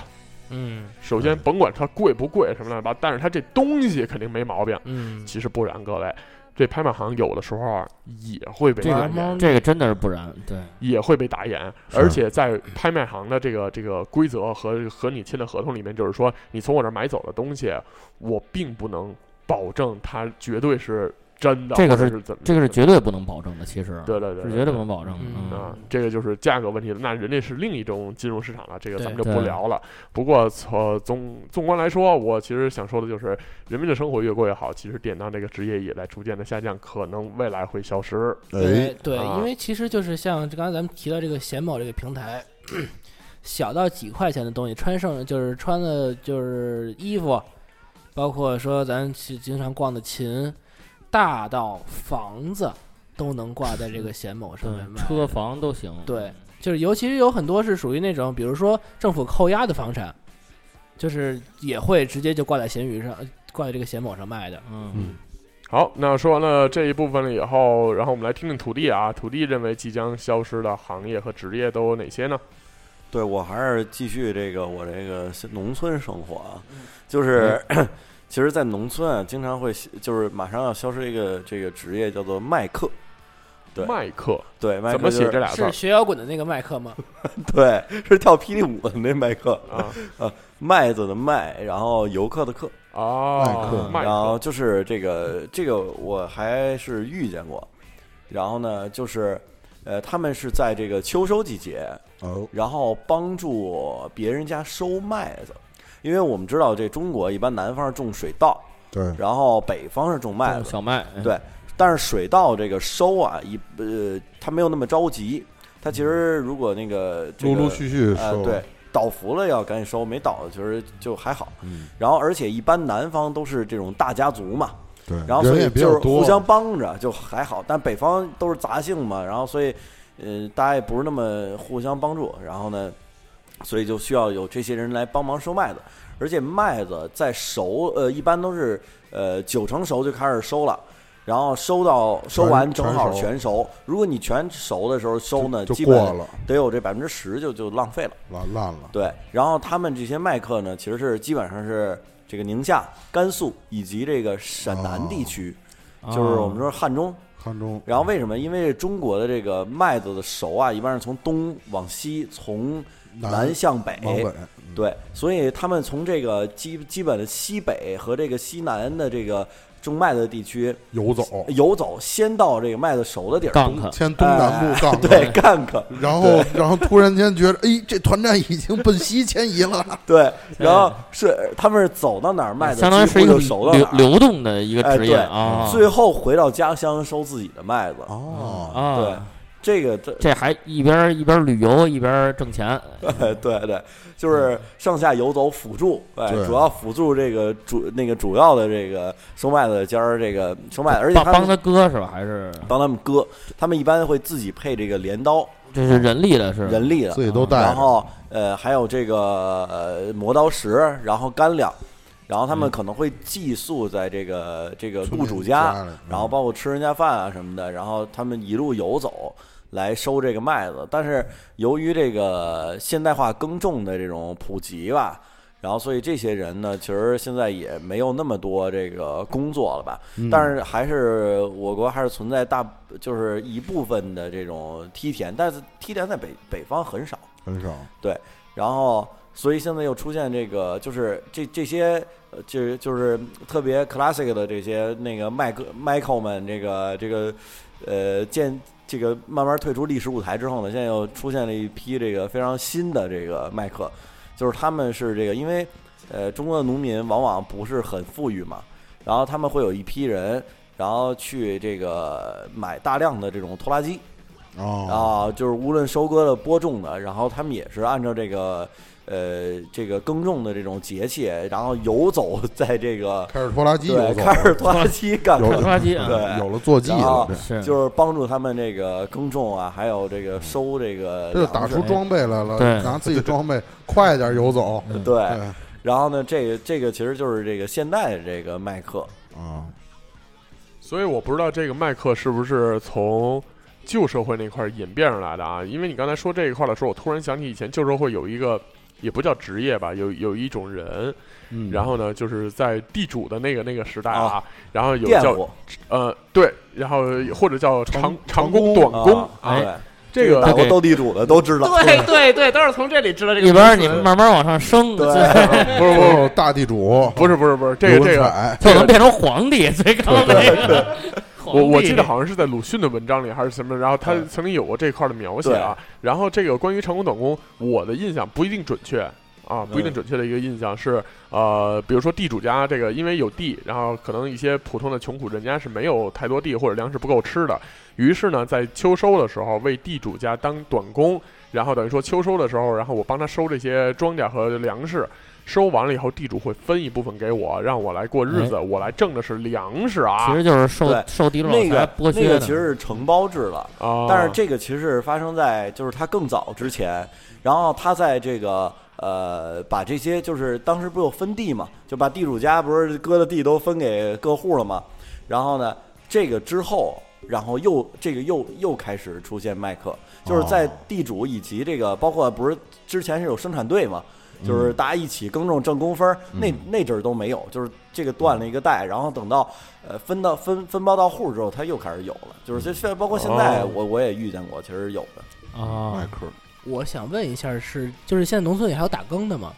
嗯首先，甭管它贵不贵什么乱七八，糟，但是它这东西肯定没毛病。嗯，其实不然，各位，这拍卖行有的时候啊也会被这打个眼， 这个真的是不然，对，也会被打眼。是而且在拍卖行的这个这个规则和和你签的合同里面，就是说你从我这儿买走的东西，我并不能保证它绝对是真的，这个或者是是怎么这个是怎么绝对不能保证的，其实对对对，是对绝对不能保证的，嗯嗯啊，这个就是价格问题了。那人家是另一种金融市场了，这个咱们就对不对聊了。不过从纵纵观来说，我其实想说的就是，人民的生活越过越好，其实典当这个职业也在逐渐的下降，可能未来会消失。哎，对，啊因为其实就是像刚才咱们提到这个闲某这个平台，小到几块钱的东西，穿上就是穿的就是衣服，包括说咱去经常逛的琴，大到房子都能挂在这个闲某上面对，卖。车房都行，对，就是尤其是有很多是属于那种，比如说政府扣押的房产，就是也会直接就挂在闲鱼上，呃挂在这个闲某上卖的。嗯，好，那说完了这一部分了以后，然后我们来听听土地啊，土地认为即将消失的行业和职业都有哪些呢？对我还是继续这个我这个农村生活啊，就是、嗯 其实，在农村啊，经常会就是马上要消失一个这个职业叫做麦客，对麦克对，麦怎克、么就是、写这俩字是儿学摇滚的那个麦克 吗？ 对，是跳霹雳舞的那麦客， 啊？麦子的麦，然后游客的客，哦，麦然后克，就是这个这个我还是遇见过，然后呢，就是呃，他们是在这个秋收季节，哦，然后帮助别人家收麦子，因为我们知道这中国一般南方是种水稻，对，然后北方是种麦种子，小麦，嗯对，但是水稻这个收啊，一呃，它没有那么着急，它其实如果那个、这个、陆陆续续呃收，对，倒伏了要赶紧收，没倒其实就还好。嗯，然后而且一般南方都是这种大家族嘛，对，然后嗯所人以也比就较是多，互相帮着就还好，但北方都是杂性嘛，然后所以呃大家也不是那么互相帮助，然后呢，所以就需要有这些人来帮忙收麦子，而且麦子在熟呃一般都是呃九成熟就开始收了。然后收到收完全正好全熟全熟，如果你全熟的时候收呢，就基就本过了，得有这百分之十就就浪费了。烂烂了，对，然后他们这些麦客呢，其实是基本上是这个宁夏、甘肃以及这个陕哦南地区，哦就是我们说汉中。汉中，然后为什么？因为中国的这个麦子的熟啊，一般是从东往西，从南南向北。往北，对，所以他们从这个基基本的西北和这个西南的这个种麦子的地区游走，游走，先到这个麦子熟的地儿，杠东克，先东南部杠着，哎对干克，然后然后突然间觉得，哎，这团战已经奔西迁移 了，对，然后是他们是走到哪儿麦子，相当于是一几乎个就熟到哪流儿。流动的一个哎，职业对啊，最后回到家乡收自己的麦子。哦，对啊，，这个这，这还一边一边旅游一边挣钱，哎对对，就是上下游走辅助，哎，嗯对主要辅助这个主那个主要的这个收麦子的尖儿，这个收麦子，而且帮他帮们他哥是吧？还是帮他们割，他们一般会自己配这个镰刀，这是人力的是人力的自，己都带然着，后呃还有这个呃磨刀石，然后干粮。然后他们可能会寄宿在这个这个嗯村雇民主家里然后包括吃人家饭啊什么的，然后他们一路游走来收这个麦子。但是由于这个现代化耕种的这种普及吧，然后所以这些人呢，其实现在也没有那么多这个工作了吧。嗯但是还是我国还是存在大就是一部分的这种梯田，但是梯田在北北方很少。很少，然后所以现在又出现这个，就是这这些，呃，就是就是特别 classic 的这些那个麦克 Michael 们，这个这个呃见这个慢慢退出历史舞台之后呢，现在又出现了一批这个非常新的这个麦克，就是他们是这个因为。呃，中国的农民往往不是很富裕嘛，然后他们会有一批人，然后去这个买大量的这种拖拉机，哦，啊，就是无论收割的、播种的，然后他们也是按照这个呃这个耕种的这种节气，然后游走在这个开着拖拉机游对走，开着拖拉机干有活拖，拉机啊，对有了坐骑了，这是就是帮助他们这个耕种啊，还有这个收这个这就粮打食出装备来了，对拿自己装备快点游走。嗯对，对，然后呢，这个这个其实就是这个现代的这个麦克，啊，所以我不知道这个麦克是不是从旧社会那块儿演变上来的啊？因为你刚才说这一块儿的时候，我突然想起以前旧社会有一个，也不叫职业吧，有有一种人，嗯然后呢，就是在地主的那个那个时代啊，啊然后有佃叫户呃对，然后或者叫长长工、工短工啊，啊，对这打个过斗地主的都知道，对对对，都是从这里知道这里边儿你慢慢往上升，对最不是不是哦，大地主，不是不是不是这个这刘文个彩最后能变成皇帝，最高那个。我我 皇帝记得好像是在鲁迅的文章里还是什么，然后他嗯曾经有过这块儿的描写啊。然后这个关于长工短工，我的印象不一定准确啊，不一定嗯准确的一个印象是，呃，比如说地主家这个因为有地，然后可能一些普通的穷苦人家是没有太多地或者粮食不够吃的，于是呢，在秋收的时候为地主家当短工，然后等于说秋收的时候，然后我帮他收这些庄稼和粮食。收完了以后，地主会分一部分给我，让我来过日子，我来挣的是粮食啊。其实就是受对受敌人老那个财剥那削个的，其实是承包制了。啊，但是这个其实是发生在就是他更早之前，然后他在这个呃把这些就是当时不有分地嘛，就把地主家不是割的地都分给各户了嘛，然后呢这个之后，然后又这个又又开始出现麦克，就是在哦地主以及这个包括不是之前是有生产队嘛。就是大家一起耕种挣工分儿，那嗯那阵儿都没有，就是这个断了一个代，然后等到呃分到分分包到户之后，它又开始有了，就是嗯这现在包括现在哦我我也遇见过，其实有的，麦哎啊，克，我想问一下是，就是现在农村里还有打更的吗？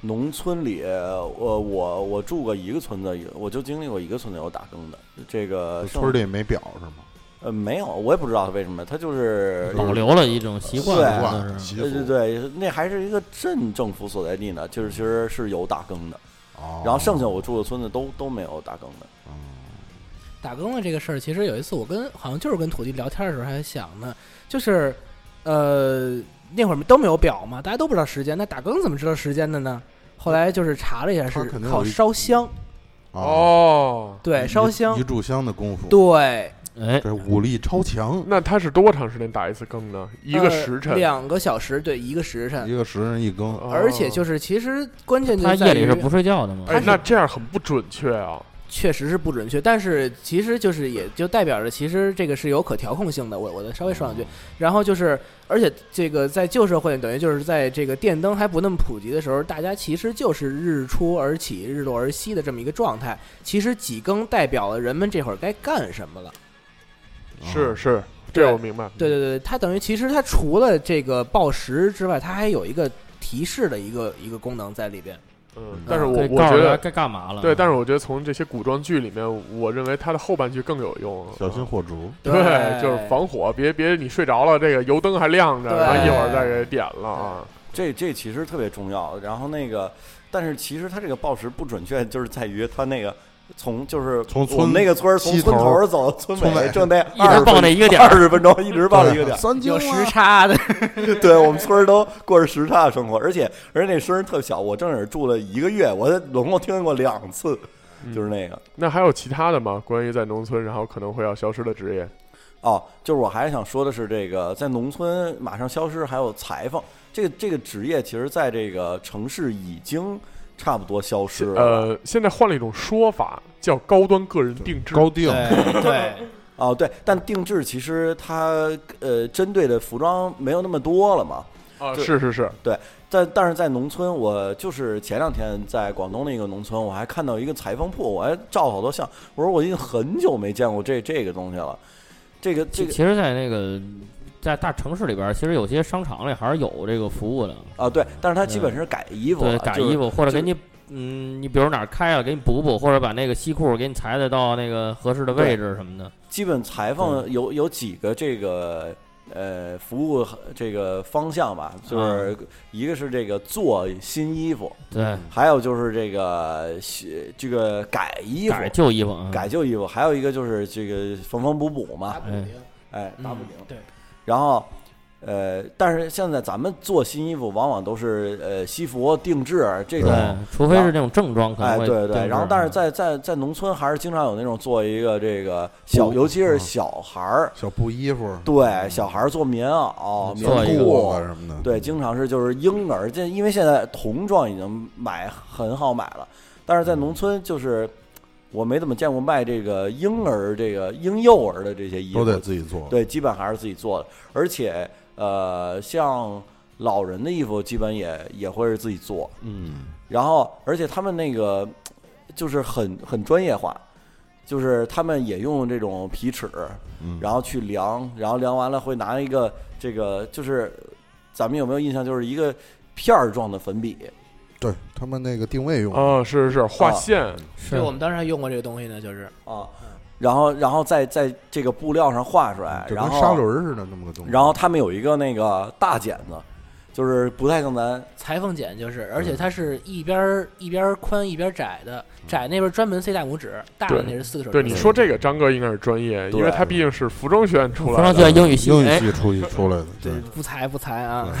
农村里，呃我我我住过一个村子，我就经历过一个村子有打更的，这个剩村里没表是吗？呃没有，我也不知道为什么，他就是哦保留了一种习惯，对可能是习俗，对对对，那还是一个镇政府所在地呢，就是其实是有打更的，哦，嗯然后剩下我住的村子都都没有打更的，打更的这个事儿，其实有一次我跟好像就是跟土地聊天的时候还想呢，就是呃那会儿都没有表嘛，大家都不知道时间，那打更怎么知道时间的呢？后来就是查了一下，他是肯定有靠一烧香，哦，哦，对，烧香一，炷香的功夫，对，哎，这武力超强，那他是多长时间打一次更呢？一个呃时辰，两个小时，对，一个时辰一，个时辰一更，哦而且就是其实关键就他在夜里于是不睡觉的嘛？啊哎，那这样很不准确啊。确实是不准确，但是其实就是也就代表着其实这个是有可调控性的。我我再稍微说两哦句，然后就是而且这个在旧社会，等于就是在这个电灯还不那么普及的时候，大家其实就是日出而起，日落而息的这么一个状态。其实几更代表了人们这会儿该干什么了。是哦是，对这我明白。对对对，它等于其实它除了这个报时之外，它还有一个提示的一个一个功能在里边。嗯，但是我可以我告觉诉他得，该干嘛了？啊对，但是我觉得从这些古装剧里面，我认为它的后半句更有用。啊小心火烛，对，就是防火，别别你睡着了，这个油灯还亮着，对然后一会儿再给点了啊。这这其实特别重要。然后那个，但是其实它这个报时不准确，就是在于它那个从就是从村我们那个村儿从西头村头儿走到村村尾尾，正那一直报那一个点二儿，十分钟，一直报一个点儿。三更有啊时差的， 对我们村儿都过着时差的生活，而且而且那声儿特小，我正是住了一个月，我总共听见过两次，嗯就是那个。那还有其他的吗？关于在农村，然后可能会要消失的职业，哦，就是我还是想说的是，这个在农村马上消失，还有裁缝这个这个职业，其实在这个城市已经差不多消失啊了。呃，现在换了一种说法，叫高端个人定制。高定，对，哦，对，但定制其实它呃针对的服装没有那么多了嘛。啊，对是是是，但但是在农村，我就是前两天在广东的一个农村，我还看到一个裁缝铺，我还照好多相。我说我已经很久没见过这这个东西了。这个这其个其实，在那个在大城市里边儿，其实有些商场里还是有这个服务的，啊，对，但是它基本是改衣服了，对，改就是衣服或者就给你。嗯，你比如哪儿开了，给你补补，或者把那个西裤给你裁裁到那个合适的位置什么的。基本裁缝有有几个这个呃服务这个方向吧，啊就是一个是这个做新衣服，对，还有就是这个洗这个改衣服。改旧衣服啊，改旧衣服，还有一个就是这个缝缝补补嘛，打补哎丁哎，嗯打补丁。对，然后，呃，但是现在咱们做新衣服，往往都是呃西服定制这种，对，除非是那种正装，可啊能哎，会对定制对。然后，但是在在在农村还是经常有那种做一个这个哦小，布尤其是嗯小孩儿，小布衣服，对小孩儿做棉袄、棉做一个裤裤啊子。什么的，对，经常是就是婴儿，这因为现在童装已经买很好买了，但是在农村就是我没怎么见过卖这个婴儿、这个婴幼儿的这些衣服都，得自己做。对，基本还是自己做的，而且呃，像老人的衣服基本也也会是自己做，嗯，然后而且他们那个就是很很专业化，就是他们也用这种皮尺，嗯，然后去量，然后量完了会拿一个这个就是咱们有没有印象，就是一个片儿状的粉笔，对他们那个定位用，啊，是是是，画啊线，是对，我们当时还用过这个东西呢，就是啊，然后然后在在这个布料上画出来，就哎然跟后砂轮儿似的那么个东西。然后他们有一个那个大剪子，就是不太像咱裁缝剪，就是，嗯而且它是一边儿一边儿宽一边儿窄的，窄那边儿专门塞大拇指，大的那是四个手指头。对你说这个张哥应该是专业，因为对他毕竟是服装学院出服来装学的，院英语系，英语哎，系出去出来的，对，不裁不裁啊，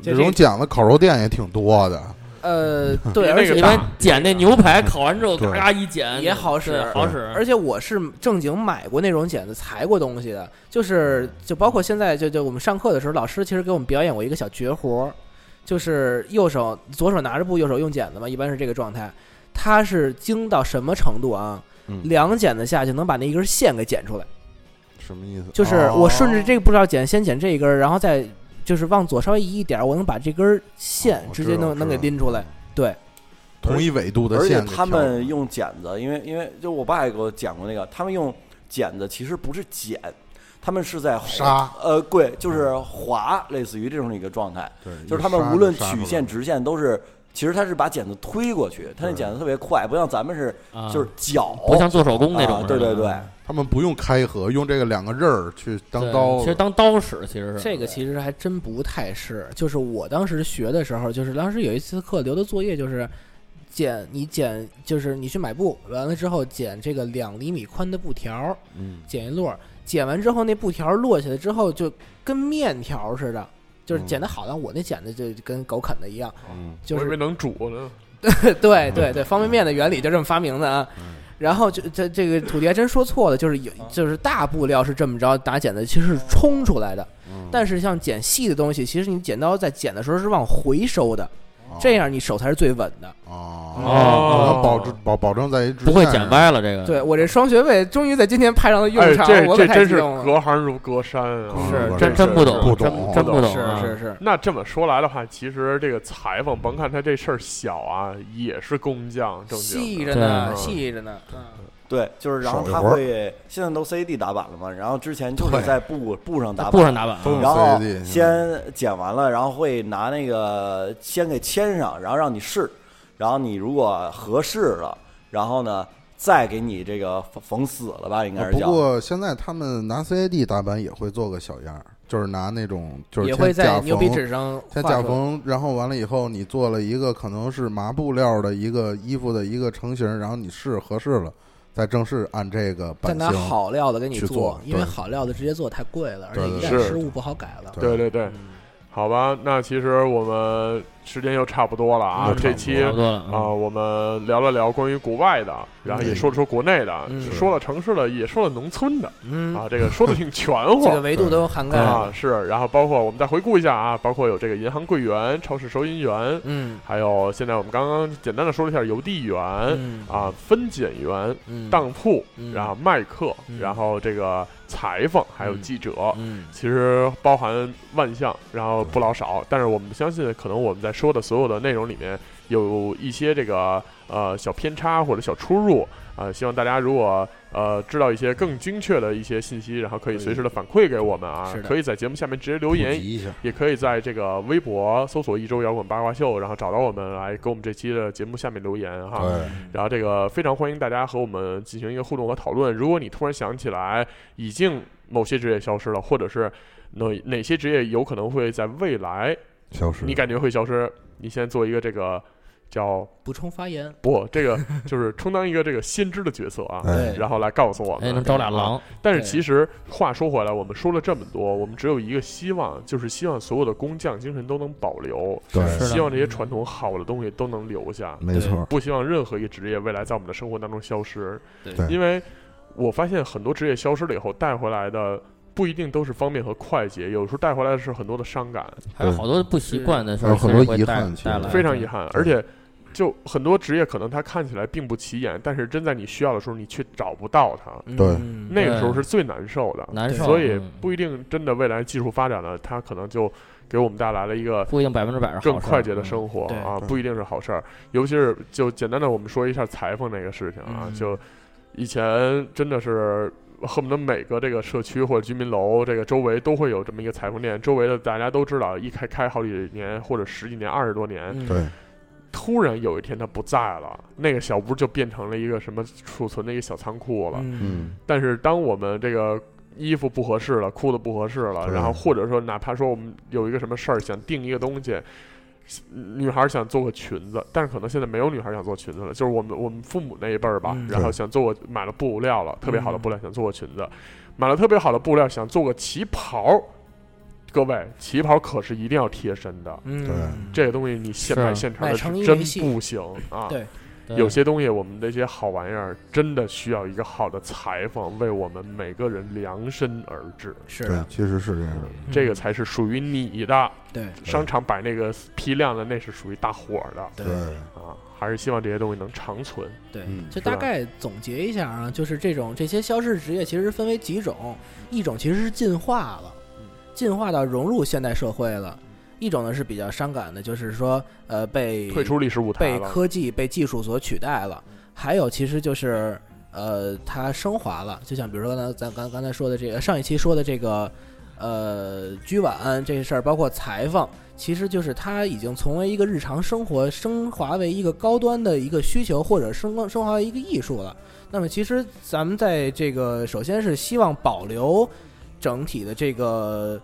就这种讲的烤肉店也挺多的，呃，对，那而个且一般捡那牛嗯排烤完之后，对嘎嘎一剪也好使对好使，而且我是正经买过那种剪子裁过东西的，嗯就是就包括现在就就我们上课的时候，老师其实给我们表演过一个小绝活儿，就是右手左手拿着布，右手用剪子嘛，一般是这个状态。他是精到什么程度啊？嗯两剪子下去能把那一根线给剪出来，什么意思？哦就是我顺着这个布料剪，先剪这一根儿，然后再就是往左稍微移一点儿，我能把这根儿线哦我直知接道能能知给道嗯拎出来。对，同一纬度的而且线给他挑出来们用剪子，因为因为就我爸也给我讲过那个，他们用剪子其实不是剪，他们是在杀，呃，对，就是划，类似于这种一个状态，对，就是一他杀们就无论杀曲出来线、了直线都是，其实他是把剪子推过去，他那对剪子特别快，不像咱们是啊就是绞，不像做手工那种啊似的，对对对，他们不用开合，用这个两个刃儿去当对刀其实子，当刀使其实是这个其实还真不太是，就是我当时学的时候，就是当时有一次课留的作业就是剪你剪就是你去买布，完了之后剪这个两厘米宽的布条儿，嗯，剪一摞儿，剪完之后那布条儿落下来之后就跟面条儿似的。就是嗯剪的好的，我那剪的就跟狗啃的一样，嗯就我以为是能煮呢。 对对对，方便面的原理就这么发明的啊嗯。然后就这这个土地还真说错了，就是有就是大布料是这么着打剪子，其实是冲出来的，嗯但是像剪细的东西，其实你剪刀在剪的时候是往回收的，哦这样你嗯手才是最稳的。哦，哦我保证保保证在一直不会剪歪了这嗯个，对我这双学位终于在今天派上了用哎，场，这我可这太真激是动了。隔行如隔山啊！是是真真不懂，不真懂真不懂啊，嗯是是是，那这么说来的话，其实这个裁缝，甭看他这事儿小啊，也是工匠，正细经着的。呢，嗯细着呢。嗯对，就是然后手艺他活儿会现在都 CAD 打板了嘛，然后之前就是对在布布上打在板，布上打板啊，都用然后 CAD 现在先剪完了，然后会拿那个先给签上，然后让你试，然后你如果合适了，然后呢再给你这个缝缝死了吧，应该啊是不叫。过现在他们拿 CAD 打板也会做个小样儿，就是拿那种就是也会先在假牛皮缝纸上先画假出缝，然后完了以后，你做了一个可能是麻布料的一个衣服的一个成型，然后你试合适了，再正式按这个再版拿型。好料子给你去做因为对好料子直接做太贵了，而且对一对旦对失误不好改了。对对嗯对，好吧，那其实我们时间又差不多了啊又，差这不期嗯差不多了啊，我们聊了聊关于国外的，然后也嗯说了说国内的，嗯说了城市的，也说了农村的嗯，啊，这个说的挺全这个哎乎。维度都涵盖了。啊，是，然后包括我们再回顾一下啊，包括有这个银行柜员、超市收银员，嗯还有现在我们刚刚简单的说了一下邮递员、嗯啊、分拣员、嗯，当铺，嗯然后卖客，嗯然后这个裁缝，还有嗯记者，嗯其实包含万象，然后不老少。但是我们相信，可能我们在说的所有的内容里面，有一些这个呃小偏差或者小出入啊、呃希望大家如果呃知道一些更精确的一些信息，然后可以随时的反馈给我们啊是，的可以在节目下面直接留普言，及一下，也可以在这个微博搜索“一周摇滚八卦秀”，然后找到我们来给我们这期的节目下面留言哈。对，然后这个非常欢迎大家和我们进行一个互动和讨论。如果你突然想起来已经某些职业消失了，或者是哪哪些职业有可能会在未来消失。你感觉会消失，你先做一个这个叫补充发言，不，这个就是充当一个这个先知的角色啊。哎，对然后来告诉我们，哎，能招俩狼，但是对其实话说回来，我们说了这么多，我们只有一个希望，就是希望所有的工匠精神都能保留，对，是的嗯希望这些传统好的东西都能留下，没错，不希望任何一个职业未来在我们的生活当中消失。对对因为我发现很多职业消失了以后带回来的。不一定都是方便和快捷，有时候带回来的是很多的伤感，还有好多不习惯的事儿，有很多其实会遗带憾其实带来非常遗憾。对而且，就很多职业可能它看起来并不起眼，但是真在你需要的时候，你却找不到它，对嗯那个时候是最难受的。难受，所以嗯不一定真的未来技术发展了，它可能就给我们带来了一个不一定百分之百是好事儿更快捷的生活对啊，对不一定是好事儿。尤其是就简单的，我们说一下裁缝这个事情啊，嗯就以前真的是。恨不得每个这个社区或者居民楼，这个周围都会有这么一个裁缝店，周围的大家都知道，一开开好几年或者十几年、二十多年，嗯对，突然有一天它不在了，那个小屋就变成了一个什么储存的一个小仓库了。嗯嗯，但是当我们这个衣服不合适了，裤子不合适了，对然后或者说哪怕说我们有一个什么事儿想订一个东西，女孩想做个裙子，但是可能现在没有女孩想做裙子了，就是我们我们父母那一辈儿吧，嗯然后对想做个买了布料了，特别好的嗯布料想做个裙子，买了特别好的布料想做个旗袍，各位旗袍可是一定要贴身的。嗯对这个东西你现是啊买现成的买是成衣真维系不行啊！对嗯对有些东西，我们这些好玩意儿，真的需要一个好的裁缝为我们每个人量身而制，是对的，，其实是这样的。这个嗯才是属于你的。对商场摆那个批量的，那是属于大伙儿的对对，啊！还是希望这些东西能长存。对嗯，就是吧大概总结一下啊，就是这种这些消失职业其实分为几种，一种其实是进化了嗯，进化到融入现代社会了；一种呢是比较伤感的，就是说呃被退出历史舞台被了，嗯科技被技术所取代了；还有其实就是呃它升华了，就像比如说呢，咱刚刚才说的这个上一期说的这个呃居碗这事儿，包括裁缝。其实就是它已经从为一个日常生活升华为一个高端的一个需求，或者升升华为一个艺术了。那么其实咱们在这个首先是希望保留整体的这个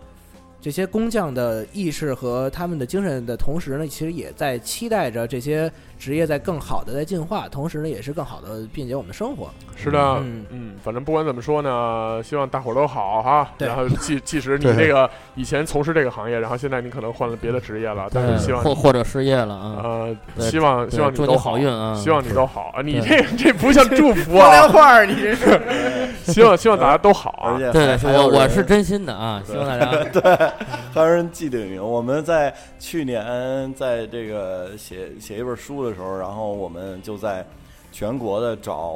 这些工匠的意识和他们的精神的同时呢，其实也在期待着这些职业在更好的在进化，同时呢也是更好的便捷我们的生活。是的。嗯嗯，反正不管怎么说呢，希望大伙儿都好哈。对然后即即使你对这个以前从事这个行业，然后现在你可能换了别的职业了，但对是希望或或者失业了啊，呃，对希望对希望你祝都你好运啊希望你都好啊！你对这这不像祝福 啊！话儿，你这是 希望希望大家都好 啊而！且对还，还我有我人是真心的啊，希望大家 还有人记得你。我们在去年在这个写写一本书的时候，然后我们就在全国的找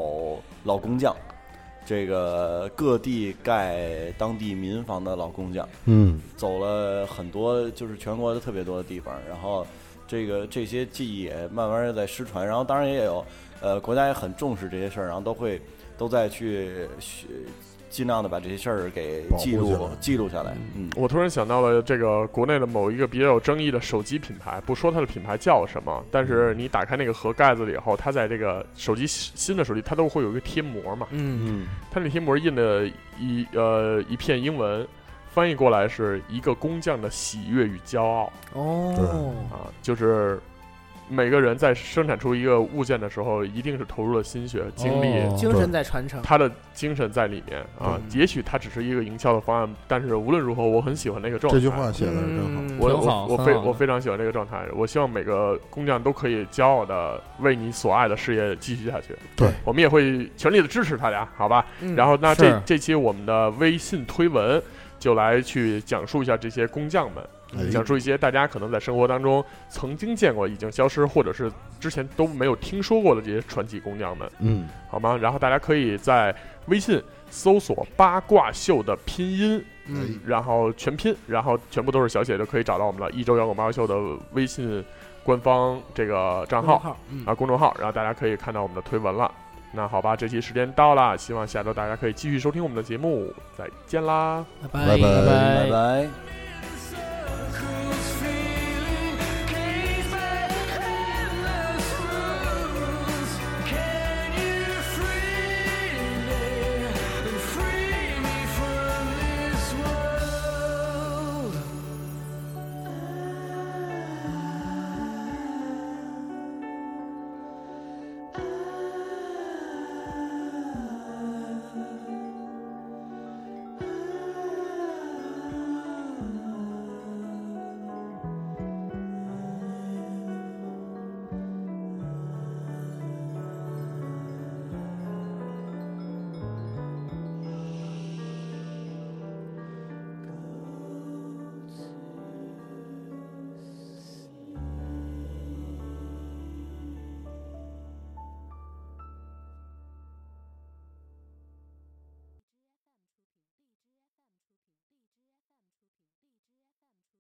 老工匠，这个各地盖当地民房的老工匠，嗯，走了很多，就是全国的特别多的地方，然后这个这些技艺也慢慢的在失传，然后当然也有，呃，国家也很重视这些事儿，然后都会都在去学，尽量的把这些事儿给保护记下录来记录下来，嗯。我突然想到了这个国内的某一个比较有争议的手机品牌，不说它的品牌叫什么，但是你打开那个盒盖子了以后，它在这个手机新的手机，它都会有一个贴膜嘛，嗯嗯，它那贴膜印的一呃一片英文，翻译过来是一个工匠的喜悦与骄傲。哦对，啊， 就是每个人在生产出一个物件的时候，一定是投入了心血、精力，哦精神在传承。他的精神在里面嗯啊。也许它只是一个营销的方案，但是无论如何，我很喜欢那个状态。这句话写的是真好。嗯我挺好我我很非好的我非常喜欢这个状态，我希望每个工匠都可以骄傲的为你所爱的事业继续下去。对，我们也会全力的支持大家，好吧？嗯然后那这是这期我们的微信推文就来去讲述一下这些工匠们。哎讲述一些大家可能在生活当中曾经见过、已经消失，或者是之前都没有听说过的这些传奇工匠们，嗯，好吗？然后大家可以在微信搜索“八卦秀”的拼音，嗯然后全拼，然后全部都是小写就可以找到我们了。一周摇滚八卦秀的微信官方这个账公号众，号，嗯，啊公众号，然后大家可以看到我们的推文了。那好吧，这期时间到了，希望下周大家可以继续收听我们的节目，再见啦。拜拜拜拜拜拜拜。